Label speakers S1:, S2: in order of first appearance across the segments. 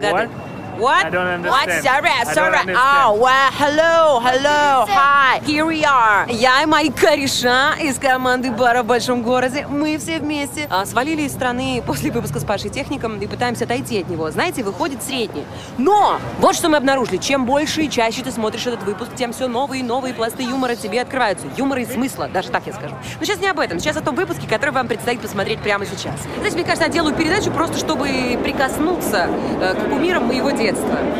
S1: That-
S2: What?
S1: What?
S2: I don't
S1: What?
S2: understand.
S1: Sorry,
S2: I don't
S1: sorry.
S2: understand.
S1: Oh, well, hello, hello, hi. Here we are. Я и мои кореша из команды бара в большом городе. Мы все вместе а, свалили из страны после выпуска с Пашей Техником и пытаемся отойти от него. Знаете, выходит средний. Но вот что мы обнаружили. Чем больше и чаще ты смотришь этот выпуск, тем все новые и новые пласты юмора тебе открываются. Юмора и смысла, даже так я скажу. Но сейчас не об этом. Сейчас о том выпуске, который вам предстоит посмотреть прямо сейчас. Знаете, мне кажется, я делаю передачу просто, чтобы прикоснуться э, к кумирам моего детства.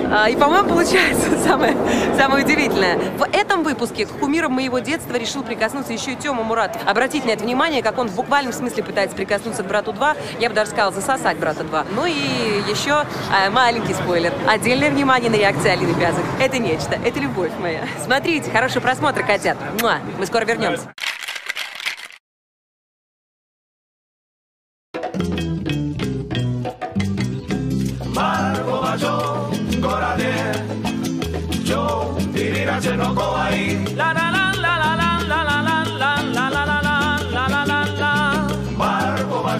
S1: А, И, по-моему, получается самое, самое удивительное. В этом выпуске к кумирам моего детства решил прикоснуться еще и Тёма Муратов. Обратить на это внимание, как он в буквальном смысле пытается прикоснуться к «Брату 2». Я бы даже сказала, засосать «Брата 2». Ну и еще э, маленький спойлер. Отдельное внимание на реакцию Алины Пязок. Это нечто, это любовь моя. Смотрите, хороший просмотр, котят. Муа. Мы скоро вернемся.
S3: La la la la la la la la la la la la la la la la la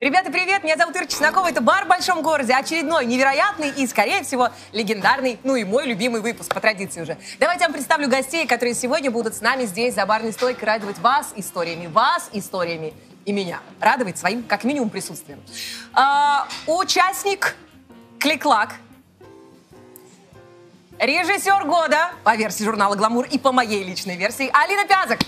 S1: Ребята, привет! Меня зовут Ира Чеснокова. Это «Бар в большом городе». Очередной невероятный и, скорее всего, легендарный, ну и мой любимый выпуск, по традиции уже. Давайте я вам представлю гостей, которые сегодня будут с нами здесь за барной стойкой радовать вас историями, вас историями и меня. Радовать своим, как минимум, присутствием. А, участник Кликлак, режиссер года по версии журнала «Гламур» и по моей личной версии Алина Пязок.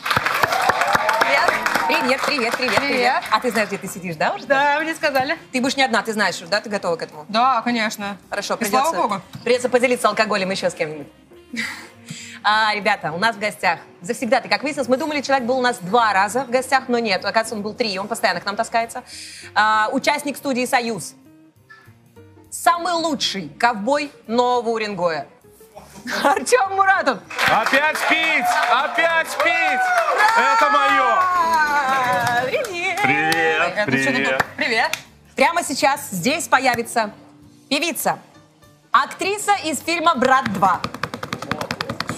S1: Привет, привет, привет, привет.
S4: Привет.
S1: А ты знаешь, где ты сидишь, да, уже?
S4: Да, мне сказали.
S1: Ты будешь не одна, ты знаешь, уже, да, ты готова к этому?
S4: Да, конечно.
S1: Хорошо,
S4: И слава богу.
S1: Придется поделиться алкоголем еще с кем-нибудь. А, ребята, у нас в гостях завсегда ты, как выяснилось, мы думали, человек был у нас два раза в гостях, но нет, оказывается, он был три, и он постоянно к нам таскается. А, участник студии «Союз». Самый лучший ковбой нового Уренгоя. Артем Муратов.
S2: Опять пить! Опять пить! Это мое!
S1: А, Привет.
S2: Привет,
S1: Это что такое?
S2: привет.
S1: Привет. Прямо сейчас здесь появится певица, актриса из фильма «Брат 2».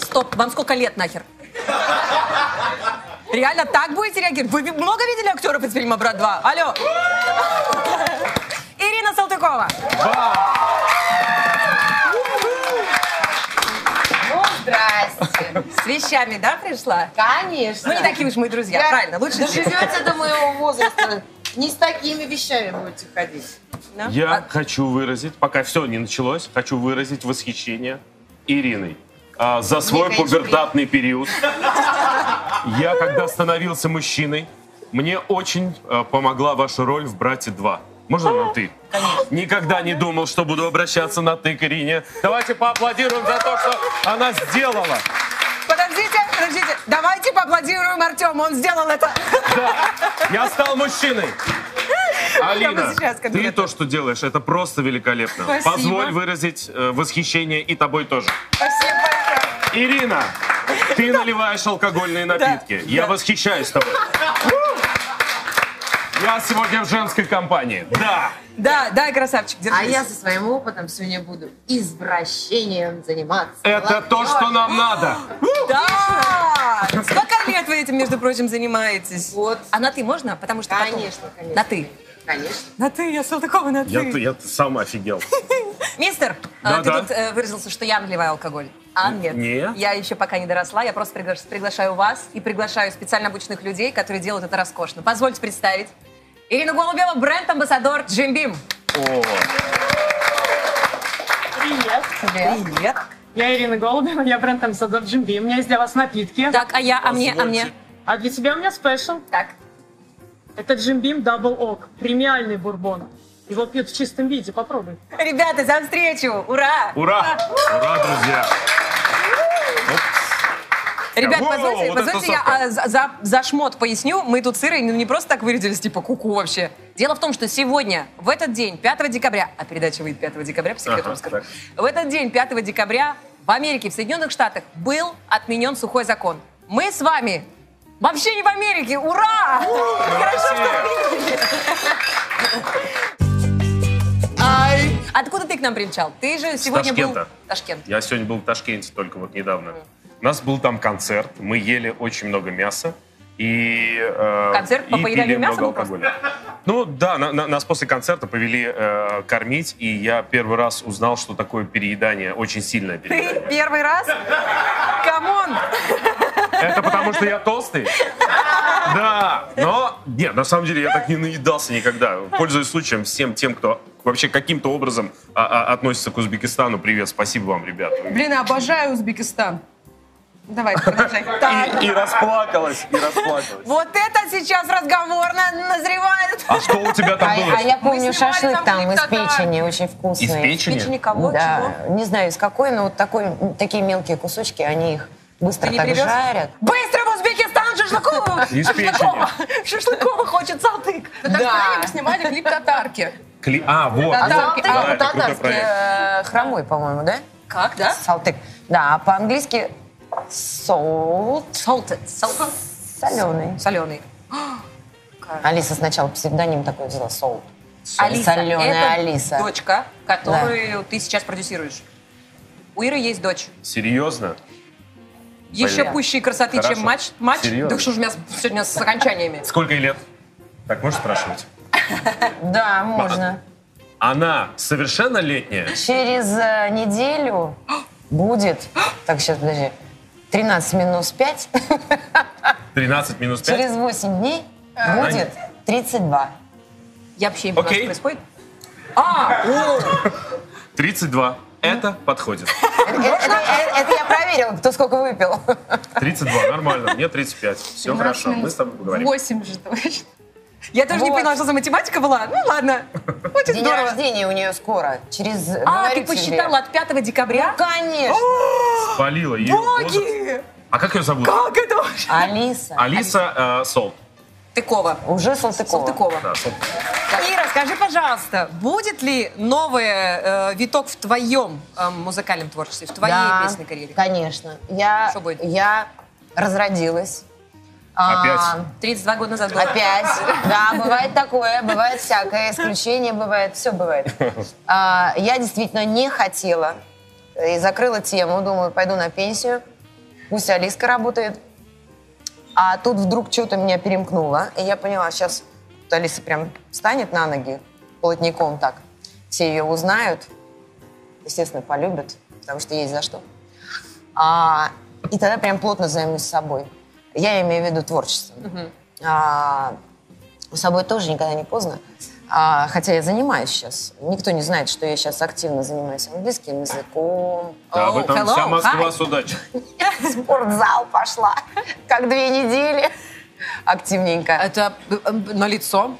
S1: Стоп, вам сколько лет нахер? Реально так будете реагировать? Вы много видели актеров из фильма «Брат 2»? Алло. Ирина Салтыкова.
S4: Ну, здрасте.
S1: С вещами, да, пришла?
S4: Конечно.
S1: Ну, не такие уж мы друзья,
S4: Я-
S1: правильно, лучше
S4: Доживете до моего возраста. Не с такими вещами будете ходить.
S1: Да?
S2: Я
S1: А-
S2: хочу выразить, пока все не началось, хочу выразить восхищение Ириной а, за свой
S4: конечно,
S2: пубертатный период. Я, когда становился мужчиной, мне очень э, помогла ваша роль в «Брате 2». Можно на «ты»? Никогда не думал, что буду обращаться на «ты» к Ирине. Давайте поаплодируем за то, что она сделала.
S1: Подождите, подождите. Давайте поаплодируем Артему, он сделал это.
S2: Да, я стал мужчиной. Алина,
S1: сейчас, как
S2: ты
S1: говорят.
S2: то, что делаешь, это просто великолепно.
S4: Спасибо.
S2: Позволь выразить э, восхищение и тобой тоже.
S4: Спасибо большое.
S2: Ирина, ты наливаешь алкогольные напитки. Я восхищаюсь тобой. Я сегодня в женской компании. Да.
S1: Да, да, красавчик, держись.
S4: А я со своим опытом сегодня буду извращением заниматься.
S2: Это то, что нам надо.
S1: Да! Сколько лет вы этим, между прочим, занимаетесь?
S4: Вот.
S1: А на ты можно? Потому что потом-
S4: Конечно, конечно.
S1: На ты.
S4: Конечно.
S1: На ты, я Салтыкова, на ты.
S2: сам офигел.
S1: Мистер,
S2: Да,
S1: а, ты
S2: да.
S1: тут э, выразился, что я наливаю алкоголь. А нет.
S2: не.
S1: Я еще пока не доросла, я просто пригла- приглашаю вас и приглашаю специально обученных людей, которые делают это роскошно. Позвольте представить. Ирина Голубева, бренд-амбассадор Джим Бим.
S5: Привет,
S1: Привет.
S5: я Ирина Голубева, я бренд-амбассадор Джим Би. У меня есть для вас напитки.
S1: Так, а я, а мне, а мне?
S5: А для тебя у меня спешл.
S1: Так.
S5: Это Джим Бим Дабл Ок, премиальный бурбон. Его пьют в чистом виде, попробуй.
S1: Ребята, за встречу! Ура!
S2: Ура! Ура, друзья!
S1: Ребят,
S2: Воу,
S1: позвольте,
S2: вот
S1: позвольте
S2: это
S1: я
S2: супер.
S1: а, за, за- за шмот поясню. Мы тут с Ирой ну, не просто так вырядились, типа куку вообще. Дело в том, что сегодня, в этот день, 5 декабря, а передача выйдет 5 декабря, по секрету
S2: Ага,
S1: расскажу.
S2: так.
S1: В этот день, 5 декабря, в Америке, в Соединенных Штатах был отменен сухой закон. Мы с вами вообще не в Америке! Ура! Хорошо, что
S2: Россия!
S1: отменили.
S6: I
S1: Откуда ты к нам примчал? Ты же сегодня был...
S2: Ташкента.
S1: Ташкент.
S2: Я сегодня был в Ташкенте только вот недавно. У нас был там концерт, мы ели очень много мяса. И, э,
S1: Концерт по
S2: и
S1: поеданию
S2: пили
S1: мяса
S2: много
S1: был просто?
S2: алкоголя. Ну да, на- на- нас после концерта повели э, кормить, и я первый раз узнал, что такое переедание, очень сильное
S1: Ты
S2: переедание.
S1: первый раз? Камон!
S2: Это потому, что я толстый? Да, но нет, на самом деле я так не наедался никогда. Пользуясь случаем, всем тем, кто вообще каким-то образом а, а, относится к Узбекистану, привет, спасибо вам, ребят.
S7: Блин, обожаю Узбекистан. Давай, продолжай.
S2: И, и расплакалась, и расплакалась.
S1: Вот это сейчас разговор на- назревает.
S2: А что у тебя
S4: А,
S2: там было?
S4: а я помню
S7: Мы снимали
S4: шашлык там из
S7: конфликт, да.
S4: печени, очень
S2: Из
S4: вкусный.
S1: Печени
S2: печени?
S1: кого?
S4: Да,
S1: Чего?
S4: не знаю из какой, но вот такой, м, такие мелкие кусочки, они их быстро
S1: Ты не
S4: так
S1: привез?
S4: жарят.
S1: Быстро в Узбекистан Шашлыкова!
S2: Из
S1: Шашлыкова! Шашлыкова хочет салтык!
S7: В Татарстане мы снимали клип «Татарки».
S2: Кли- А, вот.
S4: Татарки,
S2: Да,
S4: а,
S2: это крутой
S4: татарский
S2: проект.
S4: э, хромой, по-моему, да?
S1: Как, да?
S4: Салтык. Да, а по-английски солт,
S1: Salted.
S4: соленый.
S1: Соленый.
S4: Алиса сначала псевдоним такой взяла, солт.
S1: Алиса, это
S4: Соленая Алиса.
S1: дочка, которую ты сейчас продюсируешь. У Иры есть дочь.
S2: Серьезно?
S1: Еще
S2: Блин.
S1: пущей красоты, чем
S2: Хорошо.
S1: матч. Матч.
S2: Серьезно?
S1: Да что ж у меня с- сегодня с окончаниями.
S2: Сколько ей лет? Так можешь спрашивать?
S1: а,
S4: Да, можно.
S2: Она совершеннолетняя?
S4: Через э, неделю будет, так сейчас подожди, 13 минус 5,
S2: 13 минус 5?
S4: через 8 дней
S1: А,
S4: будет 32.
S1: Я вообще не понимаю,
S2: Окей.
S1: что происходит.
S2: 32. Это подходит.
S4: Э, э, Это э, это я проверила, кто сколько выпил.
S2: 32, нормально, мне 35. Все хорошо, мы с тобой поговорим.
S7: 8 же точно.
S1: Я тоже не
S4: Вот.
S1: поняла, что за математика была. Ну ладно. Будет
S4: День
S1: здорово.
S4: рождения у нее скоро, через...
S1: А,
S4: говорю
S1: ты
S4: тебе.
S1: посчитала от 5 декабря?
S4: Конечно.
S2: Спалила ее.
S1: Боги!
S2: А как ее зовут?
S1: Как это вообще?
S4: Алиса.
S1: А.
S2: Алиса э, Сол.
S1: Тыкова.
S4: Уже Салтыкова.
S1: Салтыкова.
S2: Да, Сол.
S1: Ира, скажи, пожалуйста, будет ли новый э, виток в твоем э, музыкальном творчестве, в твоей
S4: Да,
S1: песенной карьере?
S4: конечно. Я,
S1: Что будет?
S4: я разродилась. А,
S2: Опять?
S1: 32 года назад было.
S4: Опять. Да, бывает такое, бывает всякое, исключение бывает, все бывает. А, я действительно не хотела и закрыла тему, думаю, пойду на пенсию, пусть Алиска работает. А тут вдруг что-то меня перемкнуло, и я поняла, сейчас Алиса прям встанет на ноги плотником так. Все ее узнают, естественно, полюбят, потому что есть за что. А, и тогда прям плотно займусь собой. Я имею в виду творчеством. А, с собой тоже никогда не поздно. А, хотя я занимаюсь сейчас. Никто не знает, что я сейчас активно занимаюсь английским языком.
S2: Да, об
S1: Оу,
S2: этом
S1: hello,
S2: вся Москва
S1: hi.
S2: судачит.
S4: В спортзал пошла. Как две недели. Активненько.
S1: Это
S2: э,
S1: на лицо.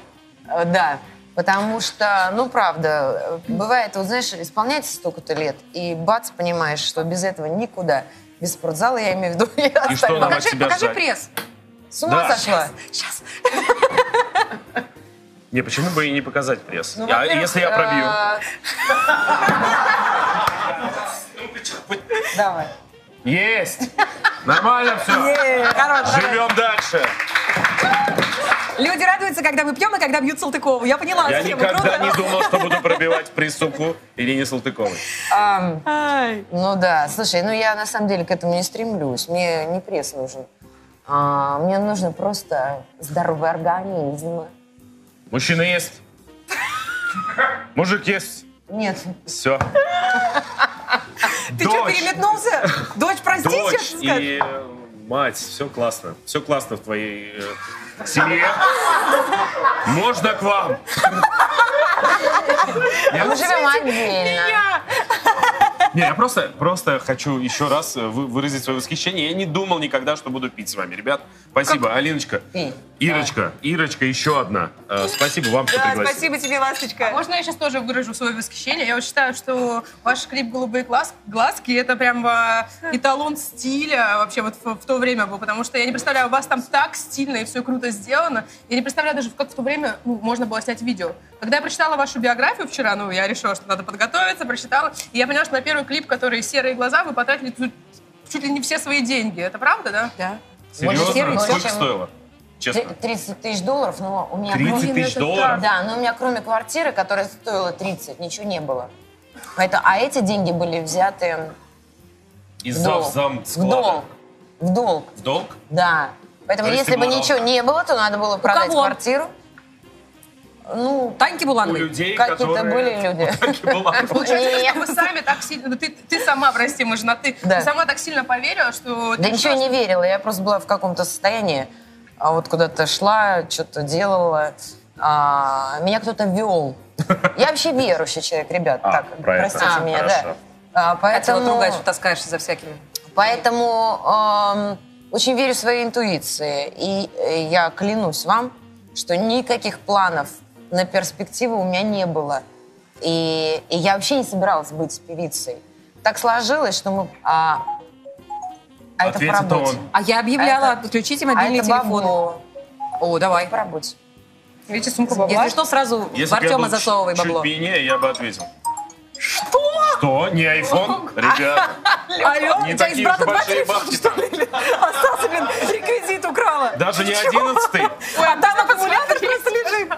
S4: Э, Да. Потому что, ну, правда, э, бывает, вот знаешь, исполняется столько-то лет, и бац, понимаешь, что без этого никуда. Без спортзала, я имею в виду, и
S2: И что
S4: остального.
S2: нам от
S1: Покажи,
S2: тебя
S1: покажи
S2: ждать?
S1: пресс.
S4: С ума
S2: Да.
S4: сошла?
S1: Сейчас.
S2: Не, почему бы и не показать пресс?
S4: Ну,
S2: а
S4: во-первых,
S2: если я пробью?
S4: э, Давай.
S2: Есть! Нормально все. Живем дальше.
S1: Люди радуются, когда мы пьем и когда бьют Салтыкову. Я поняла
S2: Я
S1: схему. Круто.
S2: никогда не думал, что буду пробивать присупку Ирине Салтыковой.
S4: Ам,
S1: Ай.
S4: ну да, слушай, ну я на самом деле к этому не стремлюсь. Мне не пресс нужен. А, мне нужен просто здоровый организм.
S2: Мужчина есть. Мужик есть.
S4: Нет.
S2: Все.
S1: Ты что, переметнулся? Дочь, прости, что
S2: дочь
S1: ты скажешь?
S2: и э, мать. Все классно. Все классно в твоей э, семье. Можно к вам? Я-
S4: Мы живем отдельно.
S2: Не, я просто, просто хочу еще раз э, вы- выразить свое восхищение. Я не думал никогда, что буду пить с вами, ребят. Спасибо, Алиночка.
S4: Пей.
S2: Ирочка, Ирочка, еще одна. Э, спасибо вам, что
S1: Да,
S2: пригласили.
S1: спасибо тебе,
S8: А
S1: ласточка.
S7: Можно я сейчас тоже выражу свое восхищение? Я вот считаю, что ваш клип «Голубые глаз- глазки» — это прям а, эталон стиля вообще вот в, в то время был, потому что я не представляю, у вас там так стильно и все круто сделано. Я не представляю даже, как в то время ну, можно было снять видео. Когда я прочитала вашу биографию вчера, ну, я решила, что надо подготовиться, прочитала, и я поняла, что на первый клип, который «Серые глаза», вы потратили тут чуть ли не все свои деньги. Это правда, да?
S1: Да.
S4: Больше
S2: Серьезно?
S4: сервис,
S2: Сколько
S4: чем-
S2: стоило? Честно.
S4: 30 тысяч долларов, но у меня... кроме-
S2: 30
S7: Блин,
S2: тысяч
S7: это
S2: долларов?
S4: Да, но у меня кроме квартиры, которая стоила 30, ничего не было. Поэтому, а эти деньги были взяты
S2: И
S4: в долг.
S2: зам
S4: в долг.
S2: склада.
S4: В долг,
S2: В долг?
S4: да. Поэтому
S2: То есть ты
S4: если бы
S2: была-
S4: ничего не было, то надо было продать
S8: кого?
S4: квартиру. Ну,
S8: Таньки
S2: У
S8: Булановой.
S2: людей,
S4: какие-то
S2: которые...
S4: были люди.
S2: Танки Булановой.
S7: Получается,
S4: Нет.
S7: что мы сами так сильно... ну, Ты, ты сама, прости, мы же на «ты».
S4: Да.
S7: Ты сама так сильно поверила,
S4: Да
S7: что...
S2: Ну,
S7: ты
S4: ничего
S7: решила,
S4: не верила, Ну, я просто была в каком-то состоянии. А вот куда-то шла, что-то делала. А, меня кто-то вел. Я вообще верующий человек, ребят.
S2: А,
S4: так,
S2: правильно,
S4: простите
S2: хорошо,
S4: меня,
S2: хорошо.
S4: да. А,
S8: Хотела
S4: поэтому
S8: другая, что таскаешься за всякими.
S4: поэтому эм, очень верю своей интуиции. И э, я клянусь вам, что никаких планов на перспективу у меня не было. И, и я вообще не собиралась быть певицей. Так сложилось, что мы... А, а это по
S2: Ответит
S4: работе.
S2: он.
S8: А я объявляла,
S4: А это-
S8: отключите
S4: А
S8: мобильные
S4: это
S8: телефоны.
S4: бабло.
S8: О, давай.
S4: По работе.
S7: Видите, сумка бабла.
S8: Если что, сразу
S2: Если
S8: в
S2: бы я
S8: Артема
S2: был
S8: засовывай
S2: чуть
S8: бабло.
S2: пьянее, я бы ответил. Что? Что? Не
S8: Ну,
S2: айфон? Ребята,
S8: Алло,
S2: не
S8: у тебя из
S2: такие уж
S8: брата два
S2: большие
S8: телефона,
S2: бабки.
S8: что ли? Остался, блин, реквизит украла.
S2: Даже не
S8: Ты чего?
S2: одиннадцатый.
S8: Ой, а там аккумулятор просто лежит.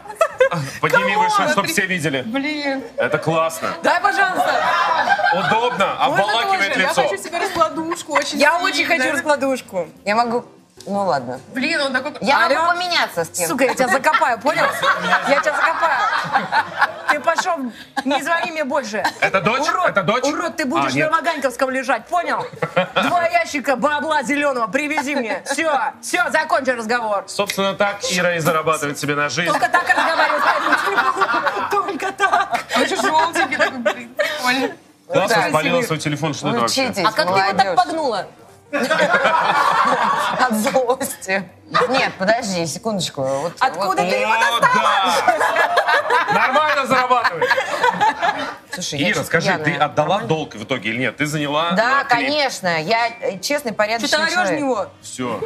S2: Подними выше, чтобы
S7: Смотри.
S2: все видели.
S7: Блин.
S2: Это классно.
S8: Дай, пожалуйста.
S2: Удобно,
S7: Можно
S2: обволакивает
S7: тоже? Я
S2: лицо.
S7: хочу себе раскладушку. Очень
S8: Я
S7: сильно.
S8: очень хочу раскладушку.
S4: Я могу... Ну ладно.
S7: Блин, он такой...
S4: Я
S8: Алло?
S4: могу поменяться с кем
S8: Сука, я тебя закопаю, понял? Я тебя закопаю. Ты пошел, не звони мне больше.
S2: Это дочь?
S8: Урод,
S2: Это дочь?
S8: урод, ты будешь
S2: А, нет.
S8: на Ваганьковском лежать, понял? Два ящика бабла зеленого привези мне. Все, все, закончи разговор.
S2: Собственно, так Ира и зарабатывает себе на жизнь.
S8: Только так разговаривать по этому телефону. Только так.
S7: А что же он тебе такой, блин, прикольно.
S2: Да,
S4: Да,
S2: что спалила свой телефон, что это вообще?
S4: Учитесь,
S8: А как ты его так
S4: молодежь.
S8: погнула?
S4: От злости. Нет, подожди, секундочку. Вот,
S8: Откуда
S4: вот
S8: ты его
S2: О, да! Нормально зарабатывает.
S4: Слушай, я
S2: Ира,
S4: чуть
S2: скажи, ты
S4: пьяная.
S2: отдала долг в итоге или нет? Ты заняла?
S4: Да, конечно. Я э, честный, порядочный
S8: Что ты орешь
S4: человек.
S8: него?
S2: Все.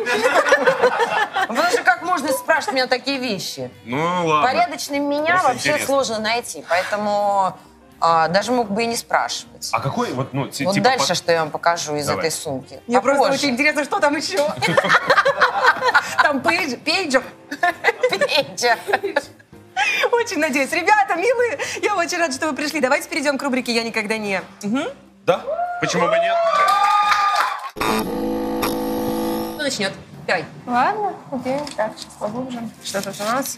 S4: Потому что как можно спрашивать меня такие вещи?
S2: Ну ладно.
S4: Порядочным меня
S2: Просто
S4: вообще
S2: интересно.
S4: сложно найти, поэтому а, даже мог бы и не спрашивать.
S2: А какой вот, ну, ти-
S4: вот
S2: типа...
S4: дальше,
S2: по-
S4: что я вам покажу из
S2: Давай.
S4: этой сумки.
S8: Мне просто
S4: Попозже.
S8: очень интересно, что там еще. Там пейдж- пейджер.
S4: Петя.
S8: Очень надеюсь. Ребята, милые, я очень рада, что вы пришли. Давайте перейдем к рубрике «Я никогда не...» Мгм.
S2: Да? Почему бы нет?
S8: Кто начнет? Давай.
S7: Ладно, окей, так, сейчас поглубже. Что тут у нас?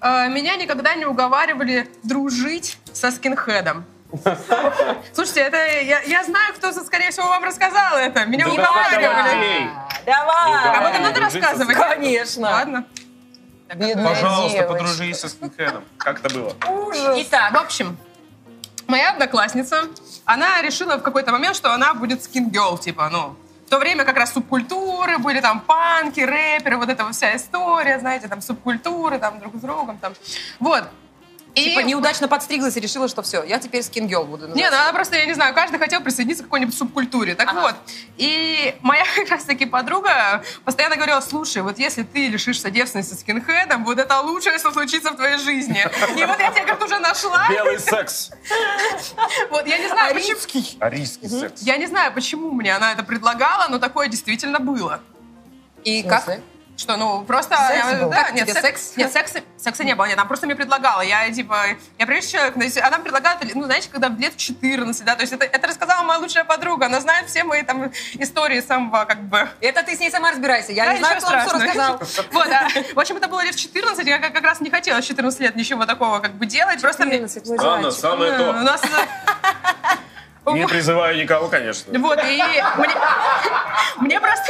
S7: А, Меня никогда не уговаривали дружить со скинхедом. Слушайте, это я, я знаю, кто, скорее всего, вам рассказал это. Меня
S2: Да давай, Ну,
S7: уговаривали.
S2: ей.
S8: Давай.
S7: Об этом надо
S2: Дружить со
S7: рассказывать?
S8: Конечно.
S7: Ладно.
S4: Бедная
S2: Пожалуйста,
S4: девочка.
S2: подружись со скинхедом. Как это было?
S7: Итак, А, в общем, моя одноклассница, она решила в какой-то момент, что она будет скингерл, типа, ну, в то время как раз субкультуры были, там, панки, рэперы, вот эта вот вся история, знаете, там, субкультуры, там, друг с другом, там, вот. И-
S8: Типа неудачно подстриглась и решила, что все, я теперь скингел буду.
S7: Не,
S8: называться.
S7: ну она просто, я не знаю, каждый хотел присоединиться к какой-нибудь субкультуре. Так вот, и моя как раз-таки подруга постоянно говорила, слушай, вот если ты лишишься девственности скинхедом, вот это лучшее, что случится в твоей жизни. И вот я тебя как-то уже нашла.
S2: Белый секс.
S7: Вот я не знаю, почему...
S2: Арийский секс.
S7: Я не знаю, почему мне она это предлагала, но такое действительно было.
S8: И
S4: В
S8: как?
S4: смысле?
S7: Что, ну, просто...
S4: Секс
S7: я-
S4: был?
S7: да,
S8: Как
S7: нет,
S8: тебе секс?
S7: секс? Нет, секса, секса не было. Нет, она просто мне предлагала. Я, типа, я прежде человек, но если- она мне предлагала, это, ну, знаете, когда в лет в 14, да, то есть это, это рассказала моя лучшая подруга, она знает все мои, там, истории с самого, как бы...
S8: Это ты с ней сама разбирайся. Я
S7: Да,
S8: не знаю, кто
S7: ничего
S8: вам все
S7: страшного.
S8: рассказал.
S7: Вот, да. В общем, это было лет в 14, я как как раз не хотела в 14 лет ничего такого, как бы, делать. Просто мне...
S2: Ладно, самое
S7: Ну, У
S2: то.
S7: нас...
S2: Не призываю никого, конечно.
S7: Вот, и мне, мне просто,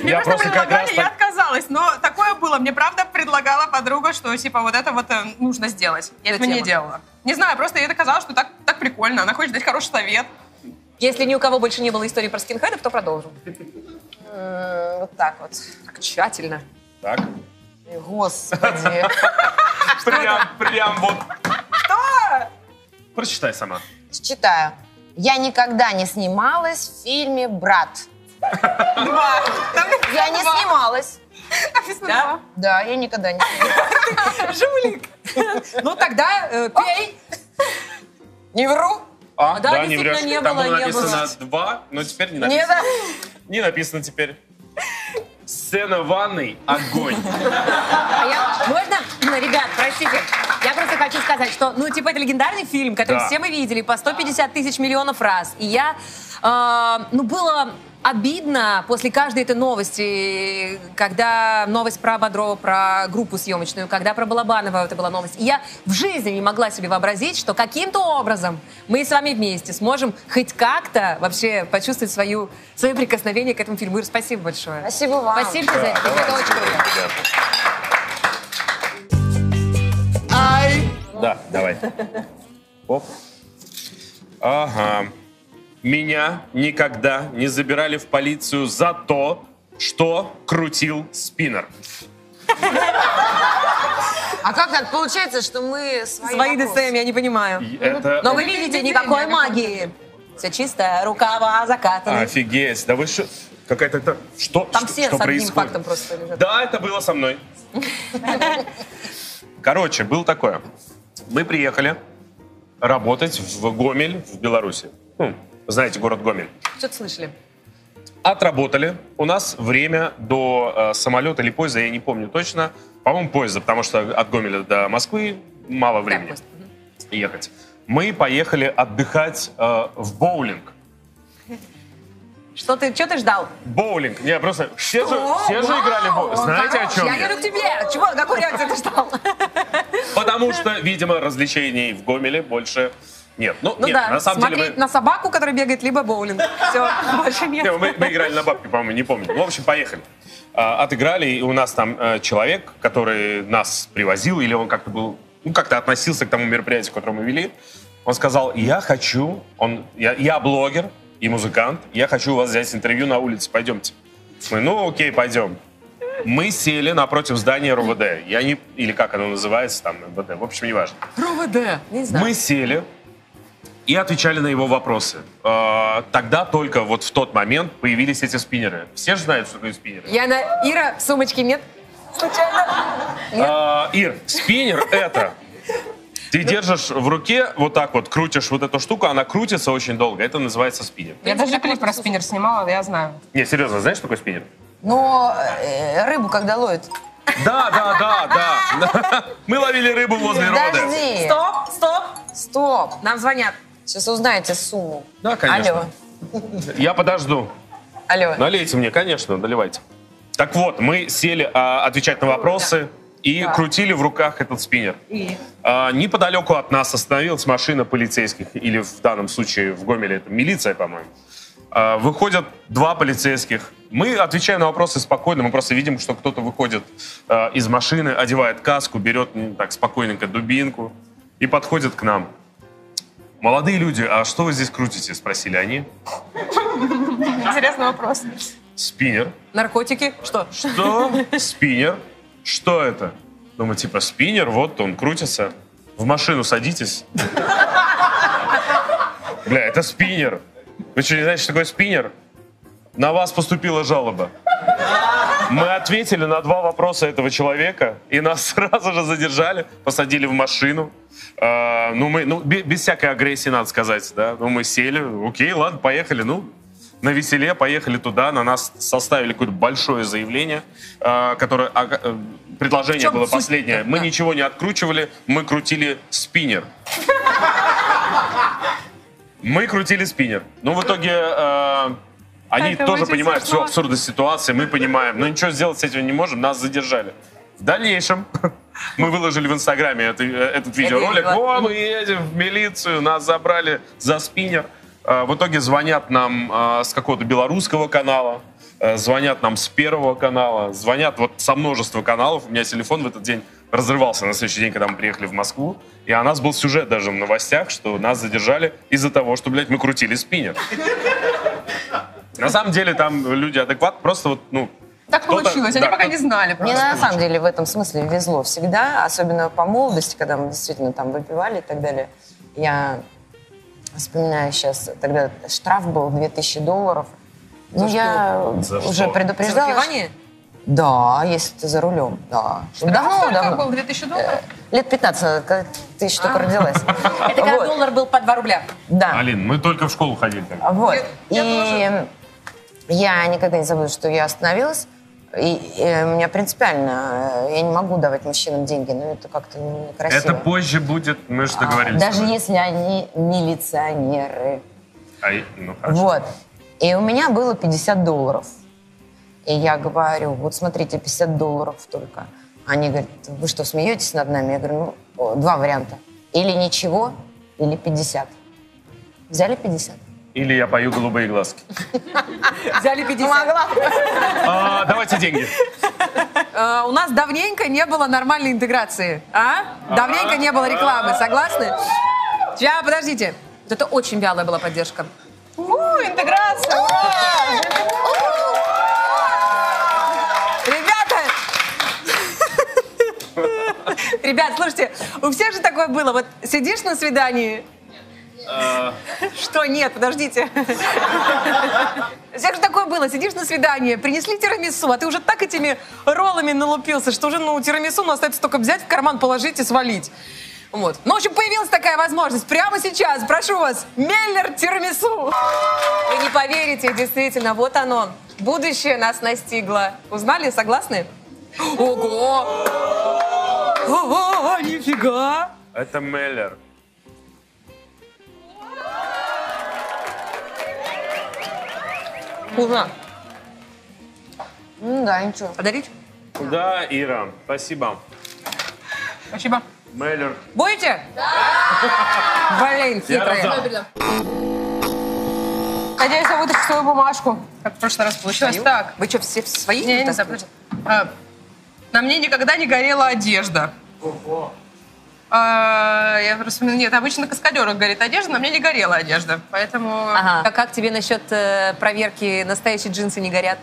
S7: мне
S2: Я
S7: просто,
S2: просто как
S7: предлагали,
S2: раз
S7: я
S2: так-
S7: отказалась. Но такое было, мне правда предлагала подруга, что типа вот это вот э, нужно сделать. Я этого не
S8: тема?
S7: делала. Не знаю, просто ей это казалось, что так, так прикольно. Она хочет дать хороший совет.
S8: Если ни у кого больше не было истории про скинхедов, то продолжим.
S4: М, Э, Вот так вот.
S8: Так тщательно.
S2: Так.
S4: Господи.
S2: Прям, прям вот. Что? Прочитай сама.
S4: Читаю. Я никогда не снималась в фильме «Брат».
S7: Два. Там
S4: Я не
S7: два.
S4: снималась.
S7: написано
S8: Да?
S4: Да, я никогда не снималась.
S8: Жулик. Ну тогда э, пей.
S4: Не вру.
S2: А,
S8: Да,
S2: не
S8: действительно,
S2: врешь.
S8: не
S2: Там
S8: было,
S2: было
S8: не
S2: написано два, но теперь не
S4: Не
S2: написано.
S4: за-
S2: Не написано теперь. Сцена в ванной – огонь.
S8: А я- Можно? Ну, Ребят, простите.
S1: Я просто хочу сказать, что, ну, типа, это легендарный фильм, который
S2: Да.
S1: все мы видели по 150 тысяч миллионов раз. И я, э, ну, было обидно после каждой этой новости, когда новость про Бодрова, про группу съемочную, когда про Балабанова это была новость. И я в жизни не могла себе вообразить, что каким-то образом мы с вами вместе сможем хоть как-то вообще почувствовать свою, свое прикосновение к этому фильму. Ир, спасибо большое.
S4: Спасибо вам.
S1: Спасибо тебе за это. Это очень круто.
S2: Да, давай. Оп. Ага. Меня никогда не забирали в полицию за то, что крутил спиннер.
S4: А как так получается, что мы свои,
S1: Свои
S4: вопросы? Э,
S1: ДСМ, я не понимаю.
S2: И Это
S1: Но вы видите, никакой магии. Все чисто, а рукава закатаны.
S2: офигеть. Да вы что? Какая-то это... Что?
S1: ну. Там
S2: что,
S1: все
S2: что
S1: с одним
S2: происходит?
S1: фактом просто лежат.
S2: Да, это было со мной. Короче, было такое. Мы приехали работать в Гомель, в Беларуси. Ну, знаете, город Гомель.
S1: Что-то слышали.
S2: Отработали. У нас время до э, самолета или поезда, я не помню точно. По-моему, поезда, потому что от Гомеля до Москвы мало
S1: Так,
S2: времени
S1: Кость.
S2: ехать. Мы поехали отдыхать э, в боулинг.
S1: Что ты, что ты ждал?
S2: Боулинг. Не, просто все, же, все же играли в боулинг. Знаете, о чем я?
S1: Я еду к тебе. Чего? Какую реакцию ты ждал?
S2: Потому что, видимо, развлечений в Гомеле больше нет. Ну,
S1: Ну
S2: нет,
S1: да,
S2: на самом
S1: смотреть
S2: деле мы...
S1: на собаку, которая бегает, либо боулинг. Все, больше нет.
S2: Не, мы, мы играли на бабки, по-моему, не помню. Ну, В общем, поехали. А, Отыграли, и у нас там э, человек, который нас привозил, или он как-то был, ну, как-то относился к тому мероприятию, которое мы вели. Он сказал, я хочу, он, я, я блогер и музыкант, я хочу у вас взять интервью на улице, пойдемте. Мы, ну, окей, пойдем. Мы сели напротив здания РУВД. Я не... Или как оно называется там, РУВД. В общем, неважно.
S1: Не знаю.
S2: Мы сели и отвечали на его вопросы. Э, Тогда только вот в тот момент появились эти спиннеры. Все же знают, что такое спиннеры.
S1: Я на... Ира, сумочки нет? Случайно?
S2: Э, Ир, спиннер это... Ты держишь в руке, вот так вот, крутишь вот эту штуку, она крутится очень долго. Это называется спиннер.
S7: Я даже клип про спиннер снимала, я знаю.
S2: Не, серьезно, знаешь, что такое спиннер?
S4: Но э, рыбу когда ловят?
S2: Да, да, да, да. Мы ловили рыбу возле рода.
S4: Подожди.
S1: Стоп, стоп.
S4: Стоп.
S1: Нам звонят.
S4: Сейчас узнаете сумму.
S2: Да, конечно.
S4: Алло.
S2: Я подожду.
S4: Алло.
S2: Налейте мне, конечно, наливайте. Так вот, мы сели а, отвечать на вопросы и крутили в руках этот спиннер. А, неподалеку от нас остановилась машина полицейских, или в данном случае в Гомеле это милиция, по-моему. А, выходят два полицейских. Мы отвечаем на вопросы спокойно, мы просто видим, что кто-то выходит а, из машины, одевает каску, берет м, так спокойненько дубинку и подходит к нам. Молодые люди, а что вы здесь крутите? спросили они.
S7: Интересный вопрос.
S2: Спиннер.
S1: Наркотики? Что?
S2: Что? Спиннер? Что это? Думаю, типа, спиннер, вот он крутится. В машину садитесь. Бля, это спиннер. Вы что, не знаете, что такое спиннер? На вас поступила жалоба. Мы ответили на два вопроса этого человека, и нас сразу же задержали, посадили в машину. Э, ну, мы, ну, бе- без, всякой агрессии, надо сказать, да. Ну, мы сели, окей, ладно, поехали, ну, на веселе, поехали туда, на нас составили какое-то большое заявление, э, которое, ага, э, предложение было последнее. Мы ничего не откручивали, мы крутили спиннер. Мы крутили спиннер. Ну, в итоге э, они
S7: Это
S2: тоже
S7: очень
S2: понимают всю
S7: смешно.
S2: абсурдность ситуации, мы понимаем. Но ничего сделать с этим не можем, нас задержали. В дальнейшем мы выложили в Инстаграме это- э, этот видеоролик.
S1: видела.
S2: О, мы едем в милицию, нас забрали за спиннер. Э, В итоге звонят нам э, с какого-то белорусского канала, э, звонят нам с первого канала, звонят вот со множества каналов. У меня телефон в этот день разрывался на следующий день, когда мы приехали в Москву. И а у нас был сюжет даже в новостях, что нас задержали из-за того, что, блядь, мы крутили спиннер. На самом деле там люди адекватны, просто вот, ну,
S7: Так
S2: Кто-то-
S7: получилось, они
S2: да,
S7: пока
S2: кто-
S7: не знали.
S4: Мне
S7: просто.
S4: на самом деле в этом смысле везло всегда, особенно по молодости, когда мы действительно там выпивали и так далее. Я вспоминаю сейчас, тогда штраф был 2000 долларов. Ну, я
S2: За что?
S4: уже
S1: За
S4: предупреждала.
S1: выпивание?
S4: Да, если ты за рулем, да. Ну, давно,
S7: Сколько
S4: давно.
S7: был 2000 долларов?
S4: Лет 15, назад, когда ты еще
S2: А.
S4: только родилась.
S1: Это когда
S4: Вот,
S1: доллар был по 2 рубля.
S4: Да.
S2: Алин, мы только в школу ходили. тогда.
S4: Вот.
S7: Я- я
S4: и я никогда не забуду, что я остановилась, э, И, э, у меня принципиально, э, я не могу давать мужчинам деньги, но это как-то некрасиво.
S2: Это позже будет, мы же
S4: А,
S2: договорились.
S4: Даже если они милиционеры.
S2: Ай, ну хорошо.
S4: Вот. И у меня было 50 долларов. И я говорю, вот смотрите, 50 долларов только. Они говорят, вы что, смеетесь над нами? Я говорю, ну, о, два варианта. Или ничего, или 50. Взяли 50.
S2: Или я пою голубые глазки.
S1: Взяли
S4: Ну,
S1: 50.
S2: А, давайте деньги.
S1: Э, у нас давненько не было нормальной интеграции, а? Давненько не было рекламы, согласны? Сейчас, подождите. Вот Это очень вялая была поддержка. Ребята! Ребят, слушайте, у всех же такое было. Вот сидишь на свидании, что нет, подождите. У всех же такое было. Сидишь на свидании, принесли тирамису, а ты уже так этими роллами налупился, что уже, ну, тирамису ну, остается только взять в карман, положить и свалить. Вот. Ну, в общем, появилась такая возможность. Прямо сейчас, прошу вас, Меллер тирамису. Вы не поверите, действительно, вот оно. Будущее нас настигло. Узнали, согласны? Ого! Ого, нифига!
S2: Это Меллер.
S1: Вкусно.
S4: Ну да, ничего.
S1: Подарить?
S2: Да, Ира, спасибо.
S7: Спасибо.
S2: Меллер.
S1: Будете? Да! Блин,
S2: Я
S1: хитрые.
S2: раздам.
S7: Надеюсь, я вытащу свою бумажку, как в прошлый раз получилось. Так,
S1: Вы что, все в свои?
S7: не, не, не, подожди. А, на мне никогда не горела одежда. А, я просто вспомнила, нет, обычно на каскадерах горит одежда, на мне не горела одежда, поэтому...
S1: Ага. А как тебе насчет э, проверки, настоящие джинсы не горят?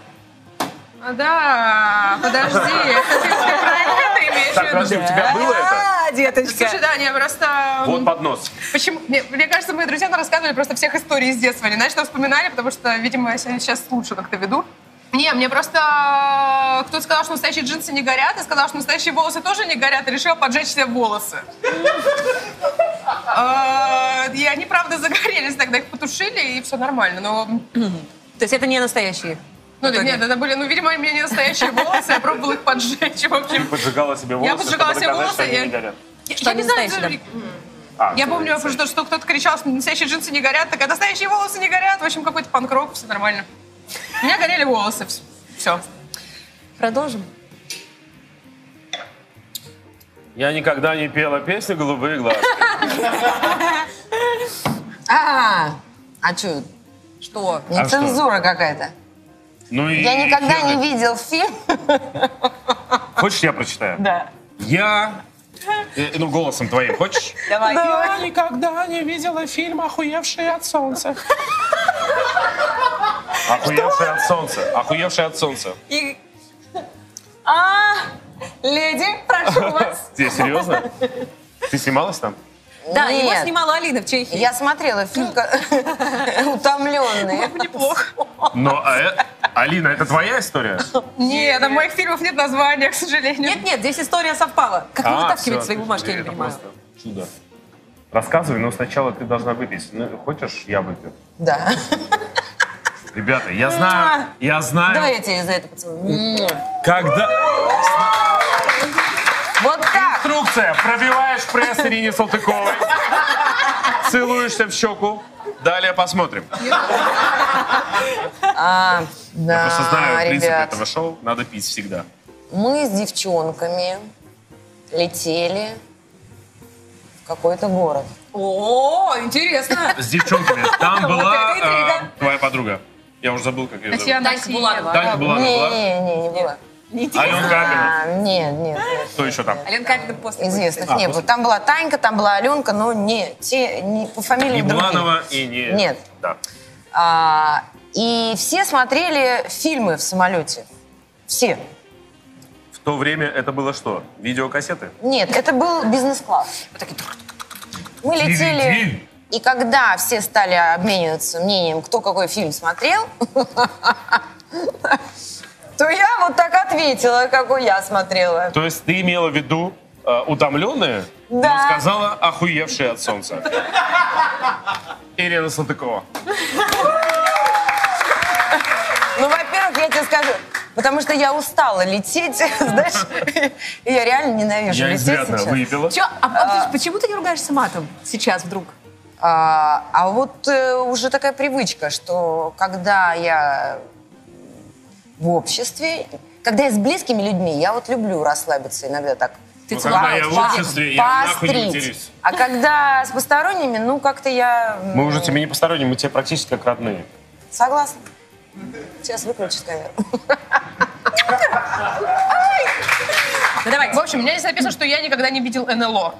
S7: А, Да, подожди, я хотела сказать, про это имеешь
S2: Так,
S7: в виду?
S2: подожди, у тебя было это?
S1: А, деточка.
S7: Слушай, да, не, просто...
S2: Вот поднос.
S7: Почему? Мне, мне кажется, мои друзья нам рассказывали просто всех историй из детства. Они, знаешь, что вспоминали, потому что, видимо, я себя сейчас лучше как-то веду. Не, мне просто э, кто-то сказал, что настоящие джинсы не горят, и сказал, что настоящие волосы тоже не горят, и решил поджечь себе волосы. Э, И они, правда, загорелись тогда, их потушили, и все нормально. Но,
S1: То есть это не настоящие?
S7: ну,
S1: В итоге.
S7: нет, это были, ну, видимо, у меня не настоящие волосы, я пробовала их поджечь, в общем.
S2: Поджигала себе волосы,
S7: поджигала
S2: чтобы
S7: себе
S2: доказать,
S7: волосы,
S2: что они
S7: я-
S2: не горят.
S7: Я-
S1: Что
S7: Я не
S1: они
S7: знаю,
S1: настоящие,
S7: это-
S2: А,
S7: Я
S2: всё,
S7: помню,
S2: молодцы.
S7: что, что кто-то кричал, что настоящие джинсы не горят, так а настоящие волосы не горят. В общем, какой-то панк-рок, все нормально. У меня горели волосы, все.
S1: Продолжим.
S2: Я никогда не пела песню «Голубые глазки».
S4: А, а что,
S1: Что?
S4: не
S2: А что?
S4: цензура какая-то.
S2: Ну и
S4: Я никогда
S2: хер
S4: не
S2: ты.
S4: видел фильм.
S2: Хочешь, я прочитаю? Да. Я... э, Ну, голосом твоим хочешь?
S5: Я никогда не видела фильм «Охуевшие от солнца».
S2: Охуевший от солнца. Охуевший от солнца.
S1: И... А, леди, прошу вас.
S2: Ты серьезно? Ты снималась там?
S1: Да, его
S4: Нет.
S1: снимала Алина в Чехии.
S4: Я смотрела фильм «Утомленные».
S2: Но а, э, Алина, это твоя история?
S7: Нет, а моих фильмов нет названия, к сожалению.
S1: Нет, нет, здесь история совпала. Как вы
S2: А,
S1: вытаскиваете
S2: всё,
S1: свои
S2: ты-
S1: бумажки, я не
S2: это
S1: понимаю.
S2: просто Чудо. Рассказывай, но сначала ты должна выпить. Ну, хочешь, я выпью.
S4: Да.
S2: Ребята, я знаю, я знаю,
S4: А, Давай я тебе за это поцелую.
S2: когда...
S4: Вот так.
S2: Инструкция. Пробиваешь пресс Ирине Салтыковой. Целуешься в щеку. Далее посмотрим.
S4: А, да,
S2: Я просто знаю принцип
S4: ребят.
S2: этого шоу. Надо пить всегда.
S4: Мы с девчонками летели в какой-то город.
S1: О, интересно.
S2: С девчонками. Там была
S1: это интрига.
S2: э, твоя подруга. Я уже забыл, как ее зовут.
S7: Татьяна
S1: Танька
S7: Асиева.
S1: Буланова.
S2: Танька Буланова была.
S4: не, не, не было.
S2: Алена Капина.
S4: А, нет, нет, нет.
S2: Кто еще там?
S1: Алена Капина после.
S4: Известных
S2: А,
S4: не
S2: после-
S4: было. Там была Танька, там была Аленка, но не те, не по
S2: Не
S4: фамилии другие.
S2: Буланова и не...
S4: Нет.
S2: Да.
S4: А, и все смотрели фильмы в самолете. Все.
S2: В то время это было что? Видеокассеты?
S4: Нет, это был бизнес-класс. Мы летели, и когда все стали обмениваться мнением, кто какой фильм смотрел, то я вот так ответила, какой я смотрела.
S2: То есть ты имела в виду э, утомленные,
S4: Да.
S2: но сказала охуевшие от солнца. Ирина Салтыкова.
S4: Ну, во-первых, я тебе скажу, Потому что я устала лететь, знаешь. И я реально ненавижу
S2: Я
S4: лететь
S2: изрядно
S4: сейчас.
S2: выпила.
S1: Чё, а, а, подожди, почему ты не ругаешься матом сейчас вдруг?
S4: А, а вот э, уже такая привычка, что когда я в обществе, когда я с близкими людьми, я вот люблю расслабиться иногда так.
S1: Ты
S2: Ну,
S1: целовалась
S2: когда я в
S1: человека?
S2: обществе, я нахуй не
S4: поострить.
S2: матерюсь.
S4: А когда с посторонними, ну как-то я м,
S2: Мы уже тебе не посторонние, мы тебе практически как родные.
S4: согласна. Сейчас выключу камеру.
S1: Ну давай.
S7: В общем, у меня здесь написано, что я никогда не видел НЛО.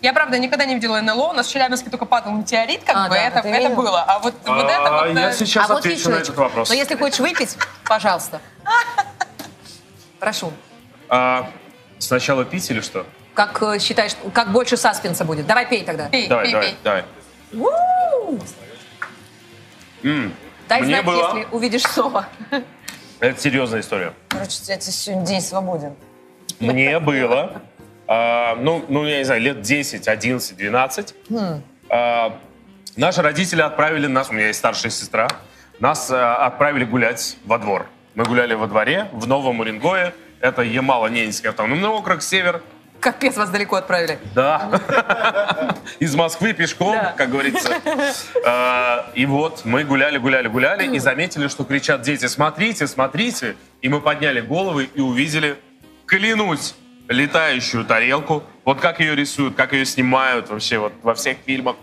S7: Я, правда, никогда не видела НЛО. У нас в Челябинске только падал метеорит, как
S1: А,
S7: бы,
S1: да,
S7: это,
S4: ты
S7: это
S4: видела?
S7: было. А вот, вот это
S2: А,
S7: вот...
S2: Я
S7: э,
S2: сейчас
S1: а вот
S2: отвечу на
S1: вечерочек.
S2: этот вопрос.
S1: Но если хочешь выпить, пожалуйста. Прошу.
S2: А, Сначала пить или что?
S1: Как э, считаешь, как больше саспенса будет? Давай пей тогда.
S7: пей,
S2: Давай,
S7: пей,
S2: давай,
S7: пей.
S2: давай.
S1: У-у-у. Дай
S2: Мне
S1: знать,
S2: было-
S1: если увидишь снова.
S2: Это серьезная история.
S4: Короче, я тебе сегодня день свободен.
S2: Мне было, а, ну, ну, я не знаю, лет 10, 11, 12. А, наши родители отправили нас, у меня есть старшая сестра, нас а, отправили гулять во двор. Мы гуляли во дворе в Новом Уренгое. Это Ямало-Ненецкий автономный округ, север.
S1: Капец, вас далеко отправили.
S2: Да. Из Москвы пешком, как говорится. А, И вот мы гуляли, гуляли, гуляли и заметили, что кричат дети, смотрите, смотрите. И мы подняли головы и увидели, клянусь, летающую тарелку. Вот как ее рисуют, как ее снимают вообще вот во всех фильмах.